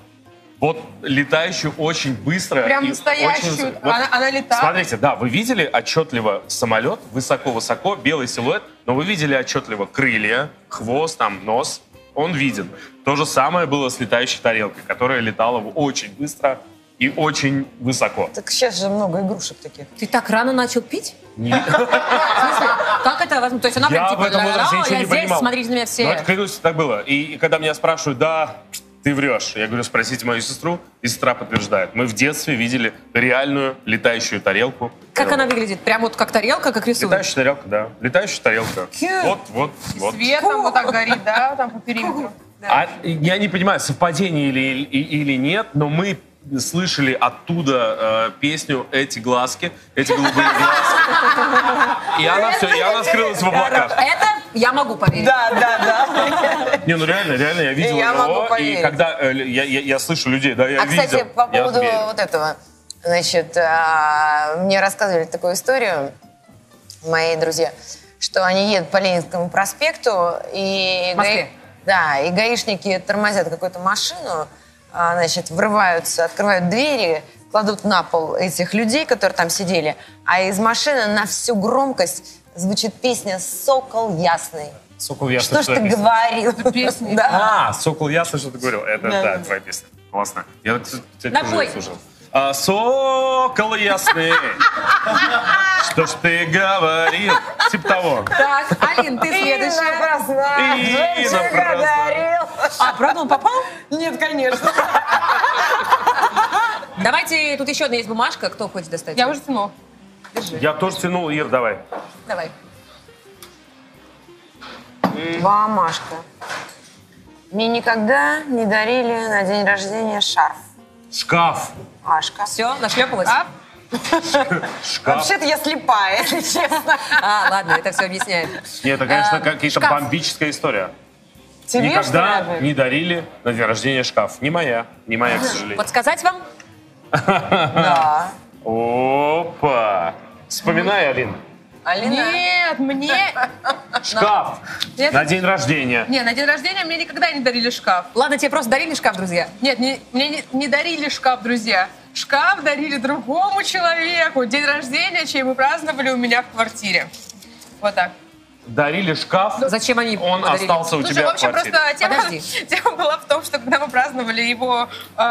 S2: Вот летающую очень быстро.
S7: Прям
S2: и
S7: настоящую.
S2: очень- вот
S7: Она, она летала.
S2: Смотрите, да, вы видели отчетливо самолет, высоко-высоко, белый силуэт, но вы видели отчетливо крылья, хвост, там, нос. Он виден. То же самое было с летающей тарелкой, которая летала в- очень быстро и очень высоко.
S4: Так сейчас же много игрушек таких.
S1: Ты так рано начал пить? Как это возможно? То есть она прям
S2: Я в
S1: типа,
S2: этом возрасте
S1: «Да-да-да,
S2: ничего
S1: я
S2: не
S1: здесь,
S2: понимал.
S1: смотрите на меня
S2: Ну, это,
S1: все.
S2: клянусь, так было. И, и когда меня спрашивают, да, ты врешь, я говорю, спросите мою сестру, и сестра подтверждает. Мы в детстве видели реальную летающую тарелку.
S1: Как она выглядит? Прям вот как тарелка, как рисунок.
S2: Летающая тарелка, да. Летающая тарелка. Вот, вот, вот.
S7: Светом вот так горит, да, там по периметру.
S2: А я не понимаю, совпадение или, и- или нет, но мы слышали оттуда э, песню «Эти глазки», «Эти голубые глазки». И
S4: Ну,
S2: она все, и она скрылась в облаках.
S1: Это я могу поверить.
S4: Да, да, да.
S2: Не, ну реально, реально, я видел
S4: Я могу
S2: его, и
S4: поверить.
S2: когда э, я, я- я слышу людей, да, я
S4: А,
S2: видел.
S4: кстати, по
S2: я
S4: поводу
S2: верю.
S4: вот этого. Значит, а, мне рассказывали такую историю мои друзья, что они едут по Ленинскому проспекту, и,
S1: В Москве?
S4: гаи- да, и гаишники тормозят какую-то машину, а, значит, врываются, открывают двери, кладут на пол этих людей, которые там сидели, а из машины на всю громкость звучит песня «Сокол ясный».
S2: Сокол ясно,
S4: Что ж ты говорил?
S7: песня.
S4: Да.
S2: А, Сокол ясно, что ты говорил. Это, да, твоя песня. Классно. Я, кстати, тоже
S1: Напой.
S2: ее слушал. А, сокол ясный, что ж ты говорил? Типа того.
S1: Так, Алин, ты следующая.
S4: напрасно!
S2: И
S4: Жемчуга
S2: напрасно.
S4: дарил.
S1: А, правда, он попал?
S4: Нет, конечно.
S1: Давайте, тут еще одна есть бумажка, кто хочет достать?
S7: Я уже тяну.
S2: Я тоже тянул, Ир, давай.
S1: Давай.
S4: Мамашка. Мне никогда не дарили на день рождения шарф.
S2: Шкаф.
S4: Ашка.
S1: Все, нашлепалась?
S7: А?
S2: Шкаф.
S4: Вообще-то я слепая, если честно.
S1: А, ладно, это все объясняет.
S2: Нет, это, конечно,
S1: Э,
S2: какая-то
S1: шкаф.
S2: бомбическая история.
S4: Тебе что
S2: Никогда
S4: ли?
S2: не дарили на день рождения шкаф. Не моя. Не моя, к сожалению.
S1: Подсказать вам?
S4: Да.
S2: Опа! Вспоминай, Алин.
S4: Алина.
S7: Нет, мне...
S2: Шкаф
S7: Нет.
S2: на день рождения.
S7: Не, на день рождения мне никогда не дарили шкаф.
S1: Ладно, тебе просто дарили шкаф, друзья.
S7: Нет, не- мне не, не дарили шкаф, друзья. Шкаф дарили другому человеку. День рождения, чей мы праздновали у меня в квартире. Вот так.
S2: Дарили шкаф.
S1: Зачем они
S2: Он
S1: подарили?
S2: остался у
S7: Слушай,
S2: тебя
S7: в
S2: в
S7: общем,
S2: квартире.
S7: просто
S1: Подожди.
S7: тема, тема была в том, что когда мы праздновали его э,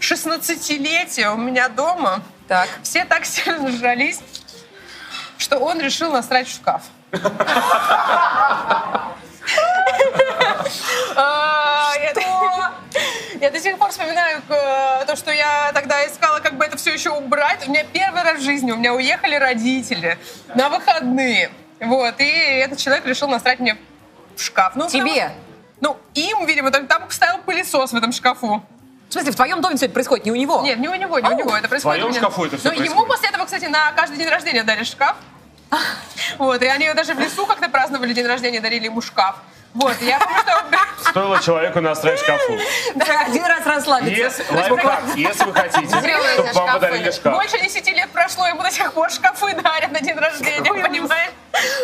S7: 16-летие у меня дома,
S1: Так.
S7: все так сильно жались, что он решил насрать в шкаф. А, я- Я до сих пор вспоминаю э, то, что я тогда искала, как бы это все еще убрать. У меня первый раз в жизни, у меня уехали родители на выходные. Вот, и этот человек решил насрать мне в шкаф. Ну, потому-
S1: Тебе?
S7: Ну, им, видимо, там- там стоял пылесос в этом шкафу.
S1: В смысле, в твоем доме все это происходит, не у него?
S7: Нет, не у него, не у него. Это происходит.
S2: твоем
S7: у меня.
S2: шкафу это всё
S7: Но ему
S2: происходит?
S7: после этого, кстати, на каждый день рождения дали шкаф. Вот, и они её даже в лесу как-то праздновали день рождения, дарили ему шкаф. Вот, и я помню, что...
S2: Стоило человеку настроить шкафу.
S1: Один раз расслабиться.
S2: Если, лайфхак, если вы хотите,
S4: Зрелые
S2: чтобы вам
S4: шкафы.
S2: подарили шкаф.
S7: Больше 10 лет прошло, ему до сих пор шкафы дарят на день рождения, понимаешь?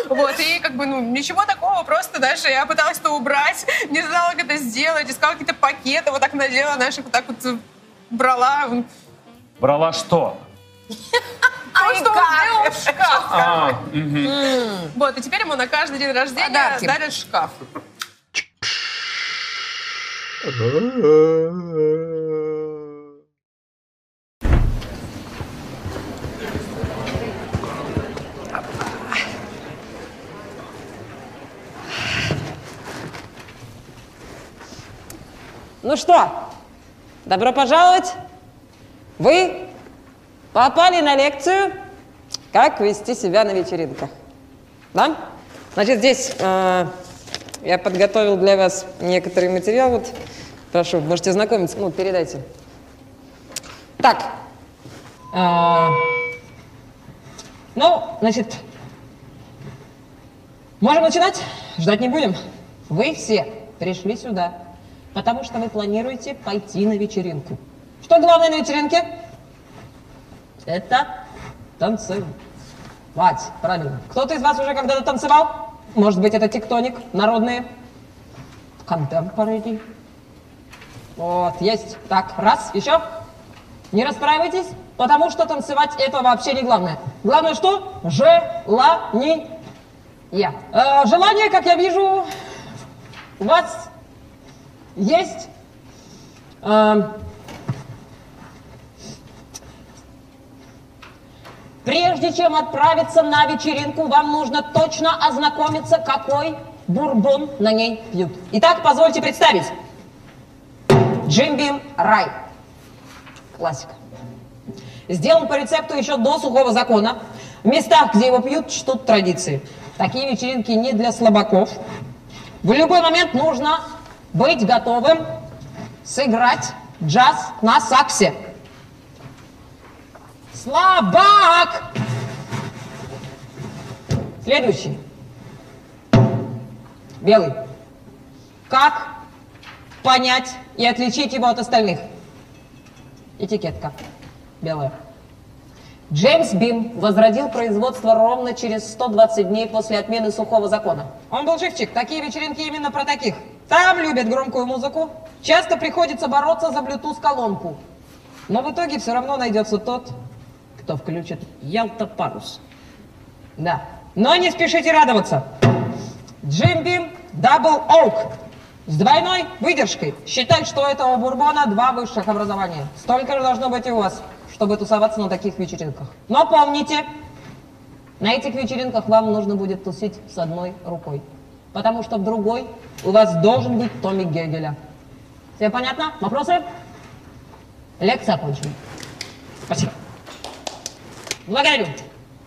S7: Вот, и как бы, ну, ничего такого, просто дальше я пыталась то убрать, не знала, как это сделать, искала какие-то пакеты, вот так надела, знаешь, вот так вот э, брала. Ну,
S2: Брала что?
S7: То, А Ну что он сделал в шкаф.
S2: А,
S7: Вот, и теперь ему на каждый день рождения
S1: Подарки.
S7: дарят шкаф.
S9: Ну что, добро пожаловать. Вы попали на лекцию «Как вести себя на вечеринках». Да? Значит, здесь э, я подготовил для вас некоторый материал. Вот, прошу, можете ознакомиться. Ну, передайте. Так. А, ну, значит, Можем начинать? Ждать не будем. Вы все пришли сюда, потому что вы планируете пойти на вечеринку. Что главное на вечеринке? Это танцевать. Правильно. Кто-то из вас уже когда-то танцевал? Может быть, это тектоник, народные? Contemporary. Вот, есть. Так, раз, еще. Не расстраивайтесь, потому что танцевать это вообще не главное. Главное что? Желание. Я. Э, желание, как я вижу, у вас есть. Эм, прежде чем отправиться на вечеринку, вам нужно точно ознакомиться, какой бурбон на ней пьют. Итак, позвольте представить. Джим Бим Рай. Классика. Сделан по рецепту еще до сухого закона. В местах, где его пьют, чтут традиции. Такие вечеринки не для слабаков. В любой момент нужно быть готовым сыграть джаз на саксе. Слабак! Следующий. Белый. Как понять и отличить его от остальных? Этикетка. Белая. Джеймс Бим возродил производство ровно через 120 дней после отмены сухого закона. Он был живчик. Такие вечеринки именно про таких. Там любят громкую музыку. Часто приходится бороться за Bluetooth-колонку. Но в итоге все равно найдется тот, кто включит Ялта Парус. Да. Но не спешите радоваться. Джим Бим Дабл Оук с двойной выдержкой. Считай, что у этого бурбона два высших образования. Столько же должно быть и у вас, чтобы тусоваться на таких вечеринках. Но помните, на этих вечеринках вам нужно будет тусить с одной рукой. Потому что в другой у вас должен быть Томми Гегеля. Все понятно? Вопросы? Лекция окончена. Спасибо. Благодарю.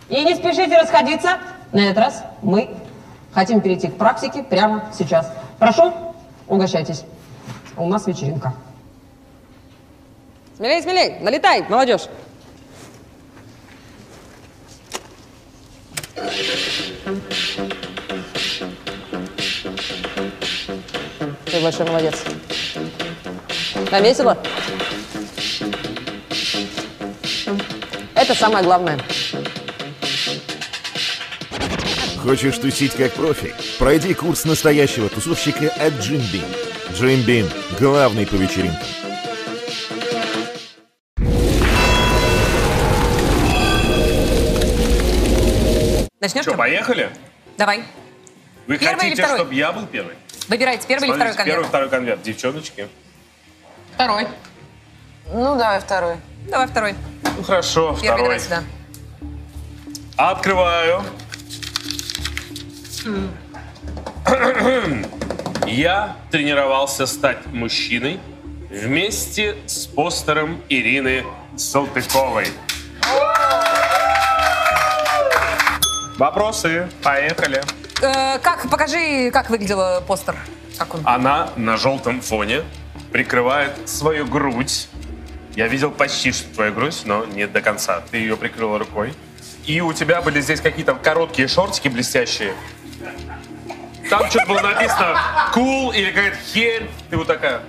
S9: И не спешите расходиться. На этот раз мы хотим перейти к практике прямо сейчас. Прошу, угощайтесь. У нас вечеринка. Смелей, смелей, налетай, молодежь. Ты большой молодец. Там весело? Это самое главное.
S10: Хочешь тусить как профи? Пройди курс настоящего тусовщика от Джим Бин. Джим Бин – главный по вечеринкам.
S1: Начнешь?
S2: Что, поехали?
S1: Давай.
S2: Вы
S1: Первый или
S2: хотите,
S1: второй?
S2: чтобы я был первый?
S1: Выбирайте первый или второй
S2: Смотрите,
S1: конверт.
S2: Первый, второй конверт. Девчоночки.
S7: Второй.
S4: Ну, давай второй.
S1: Давай второй.
S2: Ну хорошо,
S1: Первый давай
S2: второй.
S1: сюда.
S2: Открываю. Я тренировался стать мужчиной вместе с постером Ирины Салтыковой. Вопросы? Поехали.
S1: Э, как, покажи, как выглядел э, постер. Как он?
S2: Она на желтом фоне прикрывает свою грудь. Я видел почти что твою грудь, но не до конца. Ты ее прикрыла рукой. и у тебя были здесь какие-то короткие шортики блестящие. Там что-то было написано «cool» или какая-то херь. Ты вот такая.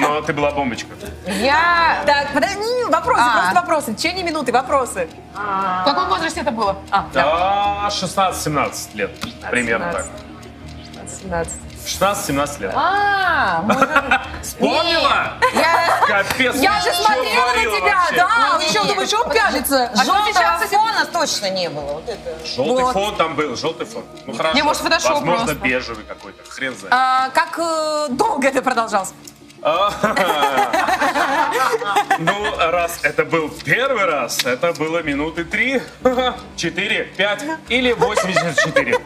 S2: Но ты была бомбочка.
S4: Я...
S1: Так, подожди, не, не, вопросы,
S7: А.
S1: просто вопросы. В течение минуты вопросы.
S7: В каком возрасте это было?
S1: А,
S2: Да, 16-17 лет. Примерно так.
S4: 17.
S2: 16-17 лет.
S4: А,
S2: Вспомнила?
S4: я...
S2: Капец,
S1: Я же
S2: чё
S1: смотрела на
S2: творила
S1: тебя,
S2: вообще?
S1: да? Вы
S4: Не-не-не.
S1: что, думаешь, он пялится?
S4: А что
S1: Желтого
S4: сейчас
S1: фона.
S4: фона точно не было. Вот это.
S2: Желтый
S1: Вот.
S2: фон там был, желтый фон. Ну хорошо.
S7: Не, может, фотошоп
S2: Возможно,
S7: просто.
S2: бежевый какой-то. Хрен знает.
S1: А, Как э, долго это продолжалось? А.
S2: А. Ну, раз это был первый раз, это было минуты три, четыре, пять или 84.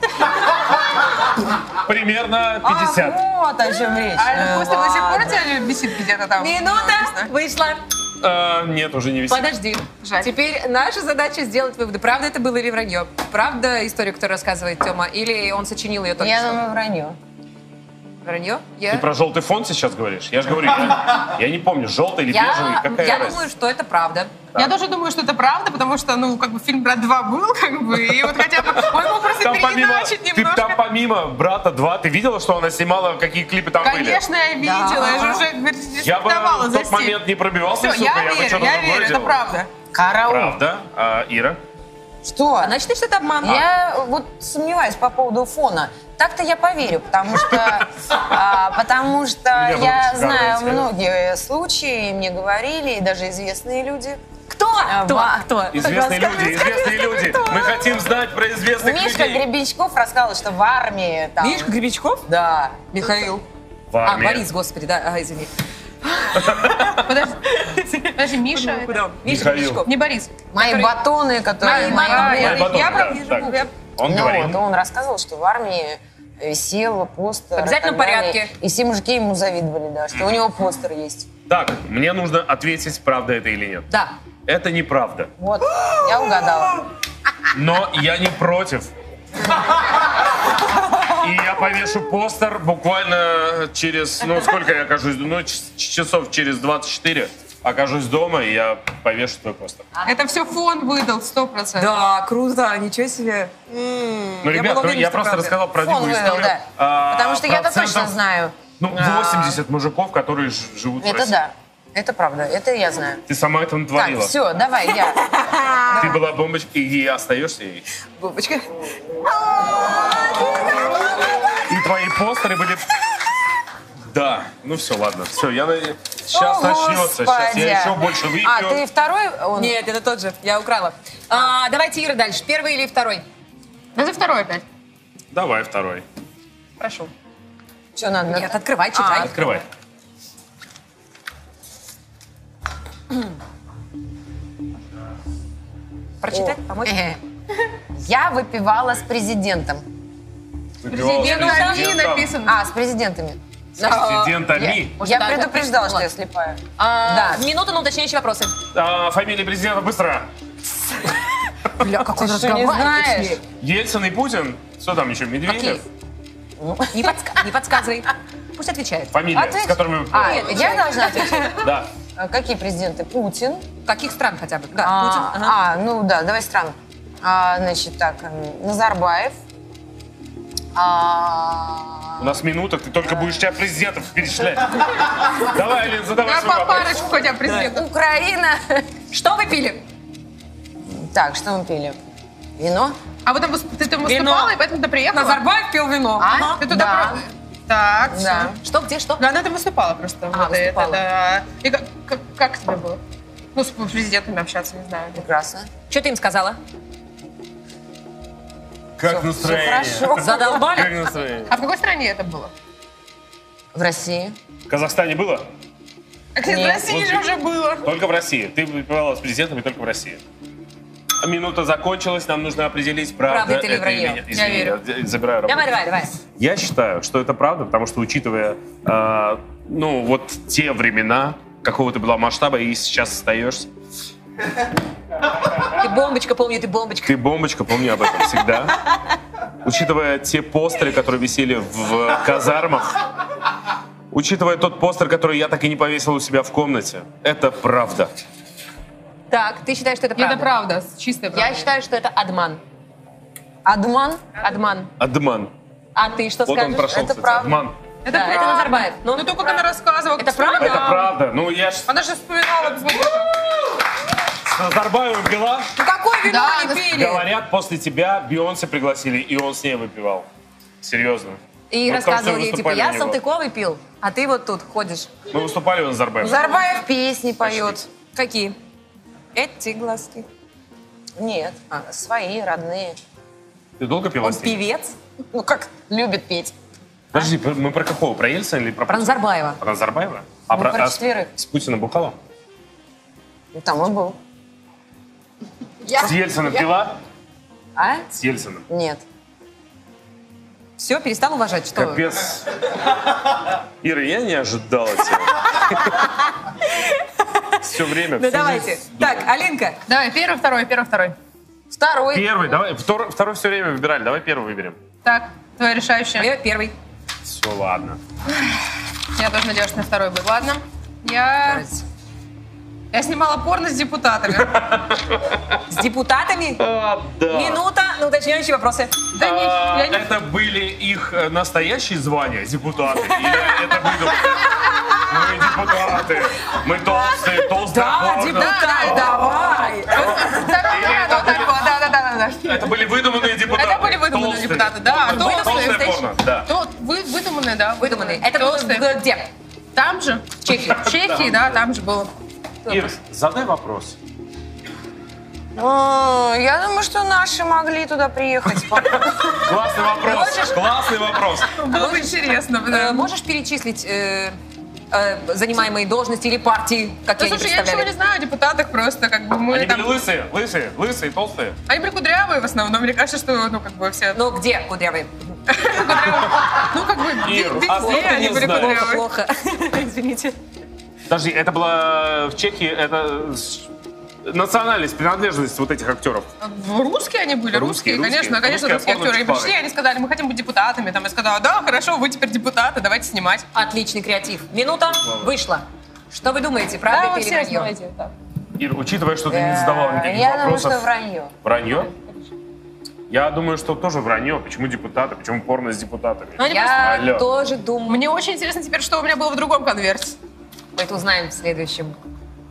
S2: Примерно 50.
S4: А, вот о чем речь.
S7: А
S4: Э,
S7: Костя до сих пор
S4: ладно.
S7: тебя висит где-то
S1: А,
S7: там?
S1: Минута вышла.
S2: А, Нет, уже не висит.
S1: Подожди.
S7: Жаль.
S1: Теперь наша задача сделать выводы. Правда это было или вранье? Правда историю, которую рассказывает Тёма? Или он сочинил ее только
S4: Я
S1: что?
S4: думаю, вранье.
S1: Вранье?
S7: а?
S2: Ты
S1: Я,
S2: про желтый фон сейчас говоришь? Я же говорю, я я не помню, желтый или бежевый,
S1: я,
S2: какая
S1: я
S2: разница?
S1: думаю, что это правда.
S7: Я тоже думаю, что это правда, потому что, ну, как бы фильм «Брат 2» был, как бы, и вот хотя бы он мог просто
S2: Там помимо,
S7: переиначить
S2: ты, там
S7: немножко.
S2: помимо «Брата 2» ты видела, что она снимала, какие клипы там были?
S7: Конечно, я видела, я же уже говорит,
S2: Я бы
S7: рекомендовала
S2: в
S7: за
S2: тот
S7: стиль.
S2: момент не пробивался,
S7: Все,
S2: сука,
S7: я
S2: бы
S7: верю,
S2: что-то
S7: я
S2: другое
S7: верю, это
S2: делал.
S7: правда.
S4: Караул.
S2: Правда? А, Ира?
S4: Что?
S1: Она считает, что это обман.
S4: А,
S2: А.
S4: Я вот сомневаюсь по поводу фона. Так-то я поверю, потому что, а, потому что
S2: У меня было
S4: я
S2: очень
S4: знаю
S2: странное
S4: многие случаи, и мне говорили, и даже известные люди.
S1: Кто?
S4: А,
S1: Кто?
S4: ба-
S1: Кто?
S2: Известные
S1: Расскажи,
S2: люди, известные люди. Мы хотим знать про известных
S4: Мишка
S2: людей.
S4: Гребенщиков рассказывал, что в армии там...
S1: Мишка Гребенщиков?
S4: Да.
S1: Михаил.
S2: В
S1: А,
S2: армии.
S1: Борис, господи, да, а, извини.
S7: Подожди, подожди, Миша, это-
S1: Куда он? Мишка
S2: Михаил.
S1: Гребенщиков.
S7: не Борис.
S4: Мои
S7: который-
S4: батоны,
S1: Мои
S4: которые... мои
S1: батоны.
S7: А, я-
S2: Мои батоны,
S7: Я
S2: да,
S7: правда не
S2: так.
S7: живу, я-
S2: Он
S4: Ну,
S2: говорил.
S4: вот, он рассказывал, что в армии висел постер. и
S1: обязательном
S4: так далее.
S1: порядке.
S4: И все мужики ему завидовали, да, что у него постер есть.
S2: Так, мне нужно ответить, правда это или нет.
S1: Да.
S2: Это неправда.
S4: Вот, я угадала.
S2: Но я не против. И я повешу постер буквально через, ну сколько я окажусь, ну ч- часов через 24 окажусь дома, и я повешу твой постер.
S4: А,
S7: Это все фон выдал, сто процентов.
S1: Да, круто, ничего себе.
S2: Ну, ребят, ну,
S1: была уверена,
S2: я,
S1: что
S2: просто
S1: правда.
S2: рассказал про
S4: Фон
S2: дикую
S4: вывел,
S2: историю.
S4: да.
S2: а,
S4: Потому что я-то точно
S2: процентов,
S4: знаю.
S2: Ну,
S4: А,
S2: 80 мужиков, которые ж- живут в
S4: Это
S2: России.
S4: да. Это правда. Это я знаю.
S2: Ты сама это
S4: Так,
S2: натворила.
S4: все, давай, я.
S2: Ты была бомбочкой, и остаешься ей.
S1: Бабочка.
S2: И твои постеры были... Да, ну все, ладно, все, я сейчас
S4: О,
S2: начнется, сейчас
S4: Господи.
S2: я еще больше выпью.
S4: А, ты второй? Он-
S1: Нет, это тот же, я украла. А, давайте, Ира, дальше. Первый или второй?
S7: Да за второй опять.
S2: Давай второй,
S7: Прошу.
S4: Что надо? А,
S1: Нет, открывай, читай.
S2: открывай.
S1: Прочитай, помочь.
S4: Э. Я выпивала с президентом.
S2: Выпивал с
S7: Президент Ами
S2: президентом.
S7: написано.
S4: А, с президентами.
S2: С президентом
S4: Я,
S2: Ми.
S4: я
S1: да, я
S4: предупреждала, что
S1: придумала.
S4: я слепая.
S1: А,
S4: Да.
S1: Минута на уточняющие вопросы.
S2: А, Фамилия президента быстро.
S1: Бля, как он
S4: Ты что, не знаешь?
S2: Ельцин и Путин. Что там еще, Медведев?
S4: Ну.
S1: Не, подска- не подсказывай. Пусть отвечает.
S2: Фамилия,
S4: Ответь.
S2: с которыми...
S4: А, я должна отвечать.
S2: Да.
S4: А, Какие президенты? Путин.
S1: Каких стран хотя бы? Да, Путин.
S4: А,
S1: Ага.
S4: а, ну да, давай стран. А, значит так, м, Назарбаев. А,
S2: У нас минута, ты только будешь тебя президентов перечислять. Давай, Лен, задавай
S7: Да
S2: свой
S7: по
S2: вопрос.
S7: парочку хотя бы президенту.
S4: Украина.
S1: Что вы пили?
S4: Так, что мы пили? Вино?
S7: А вот там выс- ты там выступала, и поэтому ты приехала?
S1: Назарбаев пил вино.
S4: А?
S7: Ты туда
S4: Да.
S7: про- Так,
S4: Да.
S7: все.
S1: Что, где, что?
S7: Да, Ну, она там выступала просто.
S1: А,
S7: вот это,
S1: выступала.
S7: да. И как, как, как тебе было? Ну, с президентами общаться, не знаю.
S4: Прекрасно.
S1: Что ты им сказала?
S2: Как настроение? Как
S1: Задолбали?
S2: настроение?
S7: А в какой стране это было?
S4: В России.
S2: В Казахстане было?
S7: А, Кстати, в
S4: Нет.
S7: России же
S2: Вот.
S7: уже было.
S2: Только в России. Ты выпивала с президентами только в России. Минута закончилась, нам нужно определить, правда,
S1: Правда это или вранье.
S2: нет.
S1: Я
S2: Извини,
S1: верю.
S2: д- забираю работу.
S1: Давай, давай, давай.
S2: Я считаю, что это правда, потому что, учитывая, э, ну, вот те времена, какого ты была масштаба и сейчас остаешься,
S1: Ты бомбочка, помню, ты бомбочка.
S2: ты бомбочка, помни об этом всегда. Учитывая те постеры, которые висели в казармах, учитывая тот постер, который я так и не повесил у себя в комнате, это правда.
S1: Так, ты считаешь, что это правда?
S7: Это правда, чистая правда.
S1: Я считаю, что это адман. Адман? Адман.
S2: Адман.
S1: А ты что
S2: Вот он
S1: скажешь?
S2: прошел,
S1: это
S2: кстати,
S1: правда.
S2: Адман.
S7: Это
S1: Да, это
S7: правда.
S1: Назарбаев.
S7: Ну, то, как она рассказывала. как
S1: Это правда?
S2: Это правда. Ну, я ж с
S7: Она же вспоминала, посмотри, как-
S2: Назарбаевым пила.
S7: Ну, какое вино
S4: Да,
S7: они
S4: она-
S7: пили?
S2: Говорят, после тебя Бейонсе пригласили, и он с ней выпивал. Серьезно.
S1: И
S2: Мы в том, что
S1: рассказывал ей, типа,
S2: выступали у
S1: я
S2: него.
S1: Салтыковый пил, а ты вот тут ходишь.
S2: Мы выступали у Назарбаева.
S4: Зарбаев песни поет.
S1: Какие? Эти глазки.
S4: Нет, а, свои, родные.
S2: Ты долго пила
S1: Он
S2: с ней?
S1: певец?
S4: Ну как любит петь.
S2: Подожди, мы про какого? Про Ельцина или про
S1: Про
S2: Путина?
S1: Назарбаева.
S2: Про Назарбаева? А
S4: Мы
S2: про,
S4: про
S2: а с-
S4: четверых.
S2: с Путиным бухала?
S4: Ну, Там он был.
S2: С Ельцином пила?
S4: А?
S2: С Ельциным.
S4: Нет.
S1: Все, перестал уважать, что? вы?
S2: Капец. Ира, я не ожидала тебя. Все
S1: Ну
S2: время. всю
S1: давайте.
S2: жизнь.
S1: Так, Алинка,
S7: Давай, первый, второй, первый, второй.
S1: второй.
S2: Первый, давай. Второй, второй все время выбирали. Давай первый выберем.
S7: Так, твоя решающая.
S1: Я Первый.
S2: Все, ладно.
S7: Я должна делать, что на второй будет. Ладно. Я... Я снимала порно с депутатами.
S1: С депутатами. Минута на уточняющие вопросы.
S7: Да не,
S2: А,
S7: я не...
S2: Это были их э, настоящие звания, депутаты? Или это выдумка? Мы депутаты. Мы толстые, толстые.
S1: Да,
S2: хорны.
S1: депутат, давай.
S7: Вот так, да, да, вот так вот, да, да, да, да, да.
S2: Это были выдуманные депутаты.
S7: Это были выдуманные
S2: Толстые.
S7: депутаты, да, а
S2: Ну,
S7: толстые,
S2: Толстые
S7: настоящие.
S2: порно, да.
S7: То, вы, выдуманные, да,
S1: Выдуманный.
S7: выдуманные.
S1: Это
S7: Толстые.
S1: было где?
S7: Там же? В Чехии. В Чехии, да, там же было.
S2: Ир, задай вопрос.
S4: А, Я думаю, что наши могли туда приехать.
S2: Классный вопрос. Классный вопрос.
S7: Было бы интересно.
S1: Э,
S7: да.
S1: Можешь перечислить э, э, занимаемые должности или партии,
S7: Ну,
S1: какие они
S7: слушай, я ничего не
S1: представляли?
S7: знаю о депутатах просто, как бы мы
S2: Они
S7: там...
S2: были лысые, лысые, лысые, толстые.
S7: Они были кудрявые в основном, мне кажется, что, ну, как бы все...
S1: Ну где, кудрявый?
S7: Ну, как бы, ви-
S2: Ир, а
S7: везде
S2: сколько
S7: они
S2: не
S7: были
S2: знаешь?
S7: кудрявые.
S1: Плохо. Извините.
S2: Подожди, это было в Чехии, это с- национальность, принадлежность вот этих актеров.
S7: Ну, Русские они были,
S2: Русские,
S7: русские,
S2: русские.
S7: конечно, ну, конечно,
S2: Русская
S7: русские
S2: форма
S7: актеры. И
S2: чипары.
S7: пришли, они сказали, мы хотим быть депутатами. Там я сказала, да, хорошо, вы теперь депутаты, давайте снимать.
S1: Отличный креатив. Минута вышла. Что вы думаете,
S7: Да,
S1: правда Э, это
S7: вы
S1: или
S7: все
S1: вранье?
S7: знаете, да.
S2: Ир, учитывая, что ты не задавал никаких
S4: Э, Я думаю,
S2: вопросов.
S4: что вранье.
S2: Вранье? Я думаю, что тоже вранье. Почему депутаты? Почему порно с депутатами?
S7: Ну, они
S1: Я
S2: Алло.
S1: тоже думаю.
S7: Мне очень интересно теперь, что у меня было в другом конверте.
S1: Мы это узнаем в следующем.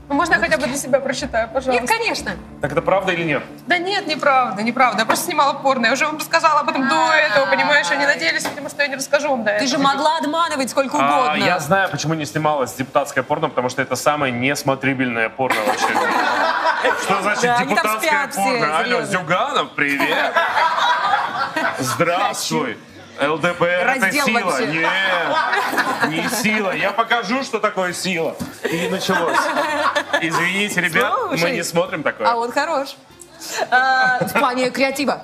S7: Ну, Можно я хотя бы для себя прочитаю,
S1: Нет,
S7: пожалуйста?
S1: конечно.
S2: Так это правда или нет?
S7: Да нет, неправда, неправда. Я просто снимала порно. Я уже вам рассказала об этом до этого, понимаешь? Они надеялись, потому что я не расскажу вам до
S1: А. Ты
S7: этого.
S1: же могла обманывать сколько
S2: А,
S1: угодно.
S2: я знаю, почему не снималось депутатское порно, потому что это самое несмотрибельное порно вообще. в мире. Что
S1: Да,
S2: значит
S1: они там
S2: депутатское
S1: спят все,
S2: порно? Алло,
S1: серьезно.
S2: Зюганов, привет! Здравствуй! ЛДПР это
S1: Раздел
S2: сила.
S1: вообще.
S2: Нет, не сила. Я покажу, что такое сила. И началось. Извините, ребят, мы
S1: Слушай.
S2: не смотрим
S1: А
S2: такое.
S1: он хорош. А, В плане креатива.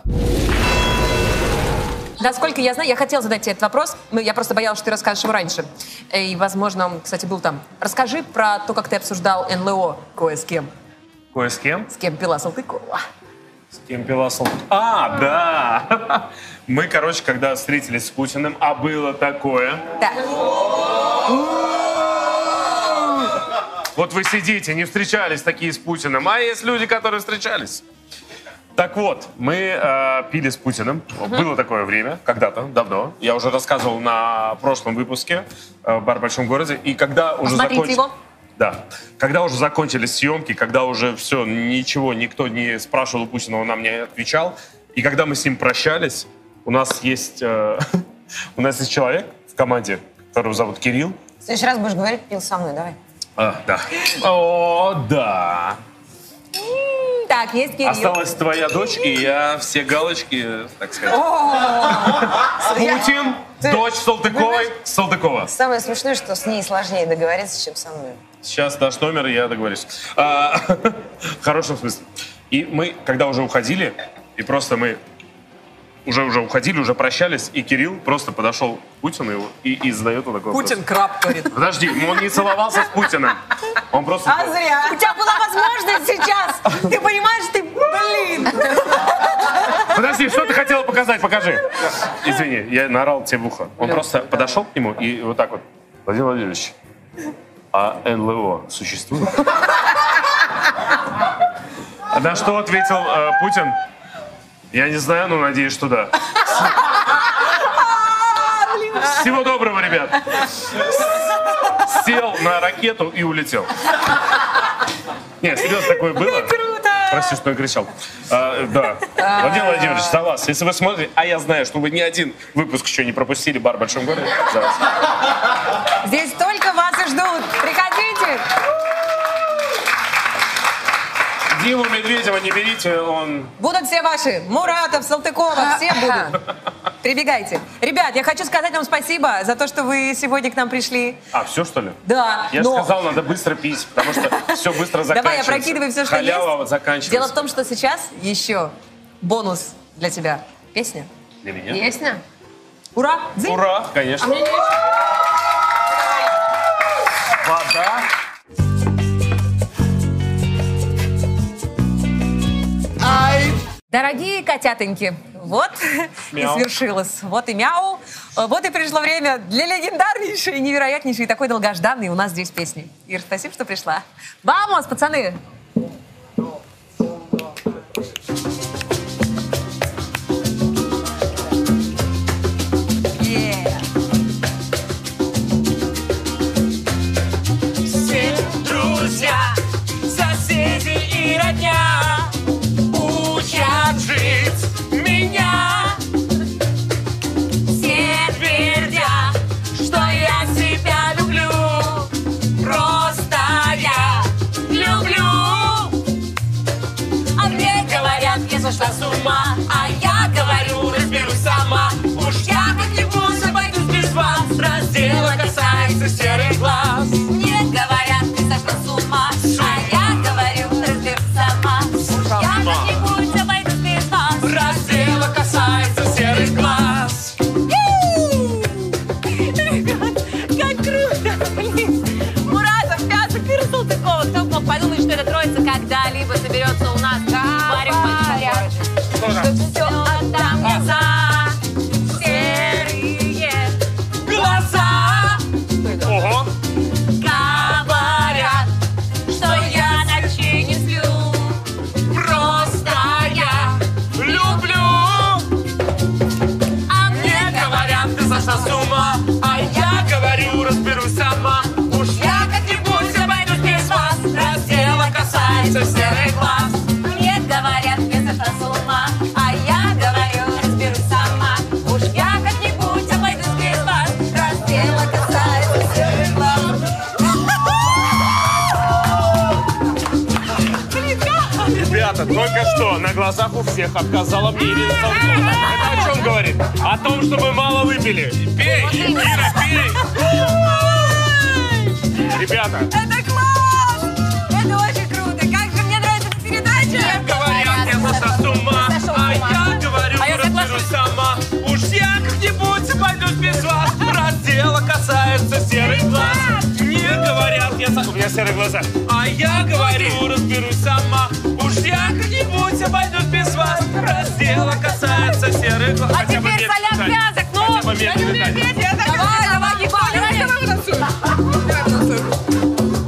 S1: Насколько я знаю, я хотела задать тебе этот вопрос, но я просто боялась, что ты расскажешь его раньше. Э, И, возможно, он, кстати, был там. Расскажи про то, как ты обсуждал НЛО кое с кем.
S2: Кое с кем?
S1: С кем пила Салтыкова.
S2: С кем пила Сол- А, да! Мы, короче, когда встретились с Путиным, а было такое.
S1: Да.
S2: Вот вы сидите, не встречались такие с Путиным, а есть люди, которые встречались. Так вот, мы э, пили с Путиным. Было такое время, когда-то, давно. Я уже рассказывал на прошлом выпуске э, «Бар в большом городе». И когда уже
S1: Посмотрите
S2: закончили...
S1: его.
S2: Да. Когда уже закончились съемки, когда уже все, ничего, никто не спрашивал у Путина, он нам не отвечал. И когда мы с ним прощались, у нас есть, э, у нас есть человек в команде, которого зовут Кирилл.
S4: В следующий раз будешь говорить, пил со мной, давай.
S2: А, да. О, да.
S1: Так, есть Кирилл.
S2: Осталась твоя дочь, и я все галочки, так сказать. Путин, дочь Салтыковой, Салтыкова.
S4: Самое смешное, что с ней сложнее договориться, чем со мной.
S2: Сейчас дашь номер, и я договорюсь. А, В хорошем смысле. И мы, когда уже уходили, и просто мы уже уже уходили, уже прощались, и Кирилл просто подошел к Путину его и, и задает вот такой вопрос.
S1: Путин краб, говорит.
S2: Подожди, он не целовался с Путиным. Он просто...
S4: зря.
S1: У тебя была возможность сейчас. Ты понимаешь, ты, блин.
S2: Подожди, что ты хотела показать? Покажи. Извини, я наорал тебе в ухо. Он просто подошел к нему и вот так вот. Владимир Владимирович, а НЛО существует?
S11: На что ответил э, Путин? Я не знаю, но надеюсь, что да. Всего доброго, ребят. Сел на ракету и улетел. Нет, серьезно, такое было? Прости, что я кричал. А, да. Владимир Владимирович, за вас. Если вы смотрите, а я знаю, что вы ни один выпуск еще не пропустили «Бар в большом городе», за вас.
S12: Здесь только вас и ждут. Приходите.
S11: Диму Медведева не берите, он...
S12: Будут все ваши. Муратов, Салтыкова, все будут. Прибегайте. Ребят, я хочу сказать вам спасибо за то, что вы сегодня к нам пришли.
S11: А, все, что ли?
S12: Да,
S11: Я же
S12: но-
S11: сказал, надо быстро пить, потому что все быстро заканчивается.
S12: Давай, я прокидываю все, что
S11: Халява
S12: есть.
S11: заканчивается.
S12: Дело в том, что сейчас еще бонус для тебя. Песня?
S11: Для меня?
S12: Песня. Ура! Дзынь.
S11: Ура, конечно. Вода.
S12: Дорогие котятоньки, вот и
S2: Мяу.
S12: свершилось. Вот и мяу. Вот и пришло время для легендарнейшей, невероятнейшей и такой долгожданной у нас здесь песни. Ир, спасибо, что пришла. Вамос, пацаны!
S2: Все друзья, соседи и родня Учат жить меня Все твердят, что я себя люблю Просто я люблю А мне говорят, не за что с ума А я говорю, разберусь сама Уж я как-нибудь обойдусь без вас Раздела касается серых глаз
S1: Мне говорят, ты сошла с ума, а я говорю, разбер сама. Я как-нибудь обойду без вас.
S2: Раздела касается серых глаз
S1: Ребят, как круто, блин. Муратов, Пятый, Кир, Салтыкова. Кто мог подумать, что эта троица когда-либо соберется у нас в баре в Большом городе? Что все отдам за серые глаза.
S2: Ого!
S1: Говорят, что я ночей не сплю.
S2: Просто я люблю А мне говорят, ты сошла с ума А я говорю, разберусь сама Уж я как-нибудь обойдусь без вас Раз дело касается серых глаз
S1: Мне говорят, я сошла с ума, а я говорю, разберусь сама. Уж я как-нибудь обойдусь без вас, раз дело касается серых глаз.
S11: Ребята, только что на глазах у всех отказала мне Ирина Соловьева. Это о чем говорит? О том, что мы мало выпили. Пей, Ира, пей! Ребята,
S2: Это класс! Это очень круто! Как же мне нравится эта передача! Говорят, я сошла с ума, а я говорю, разберусь сама. Уж я как-нибудь обойдусь без вас, раз дело касается серых глаз. Мне говорят, я со- У меня серые глаза. А я говорю, разберусь сама. Уж я как-нибудь обойдусь без вас, раз дело касается серых глаз.
S1: А
S2: Хотя бы
S1: теперь
S2: медленно,
S1: соляр
S2: Таня.
S1: плясок, ну!
S2: Хотя бы медленно,
S1: Я люблю
S2: Таня.
S1: петь, я так Давай, давай, не давай, давай потанцуем. Давай потанцуем.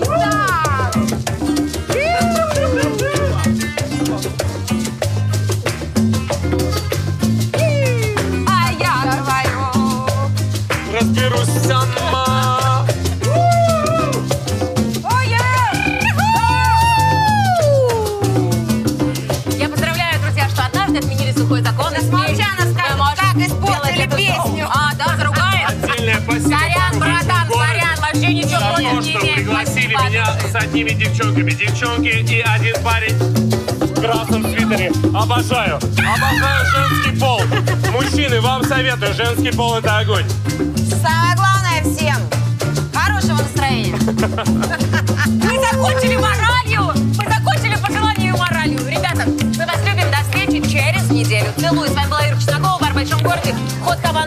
S1: Ура! А я говорю,
S2: Разберусь сама.
S1: Я поздравляю, друзья, что однажды отменили сухой закон. и смей. Мы можем делать эту песню. А, да, заругает.
S2: Отдельное спасибо.
S1: Сорян, братан,
S2: Город
S1: сорян, вообще ничего
S2: за
S1: против
S2: то,
S1: не
S2: что
S1: имею.
S2: пригласили меня с одними девчонками. Девчонки и один парень в красном свитере. Обожаю. Обожаю женский пол. Мужчины, вам советую. Женский пол – это огонь.
S4: Самое главное всем хорошего настроения.
S1: Мы закончили моралью. Мы закончили пожеланиями и моралью. Ребята, мы вас любим. До встречи через неделю. Целую. С вами была Ира Чеснокова, бар в Большом городе. Ход Кабан ну,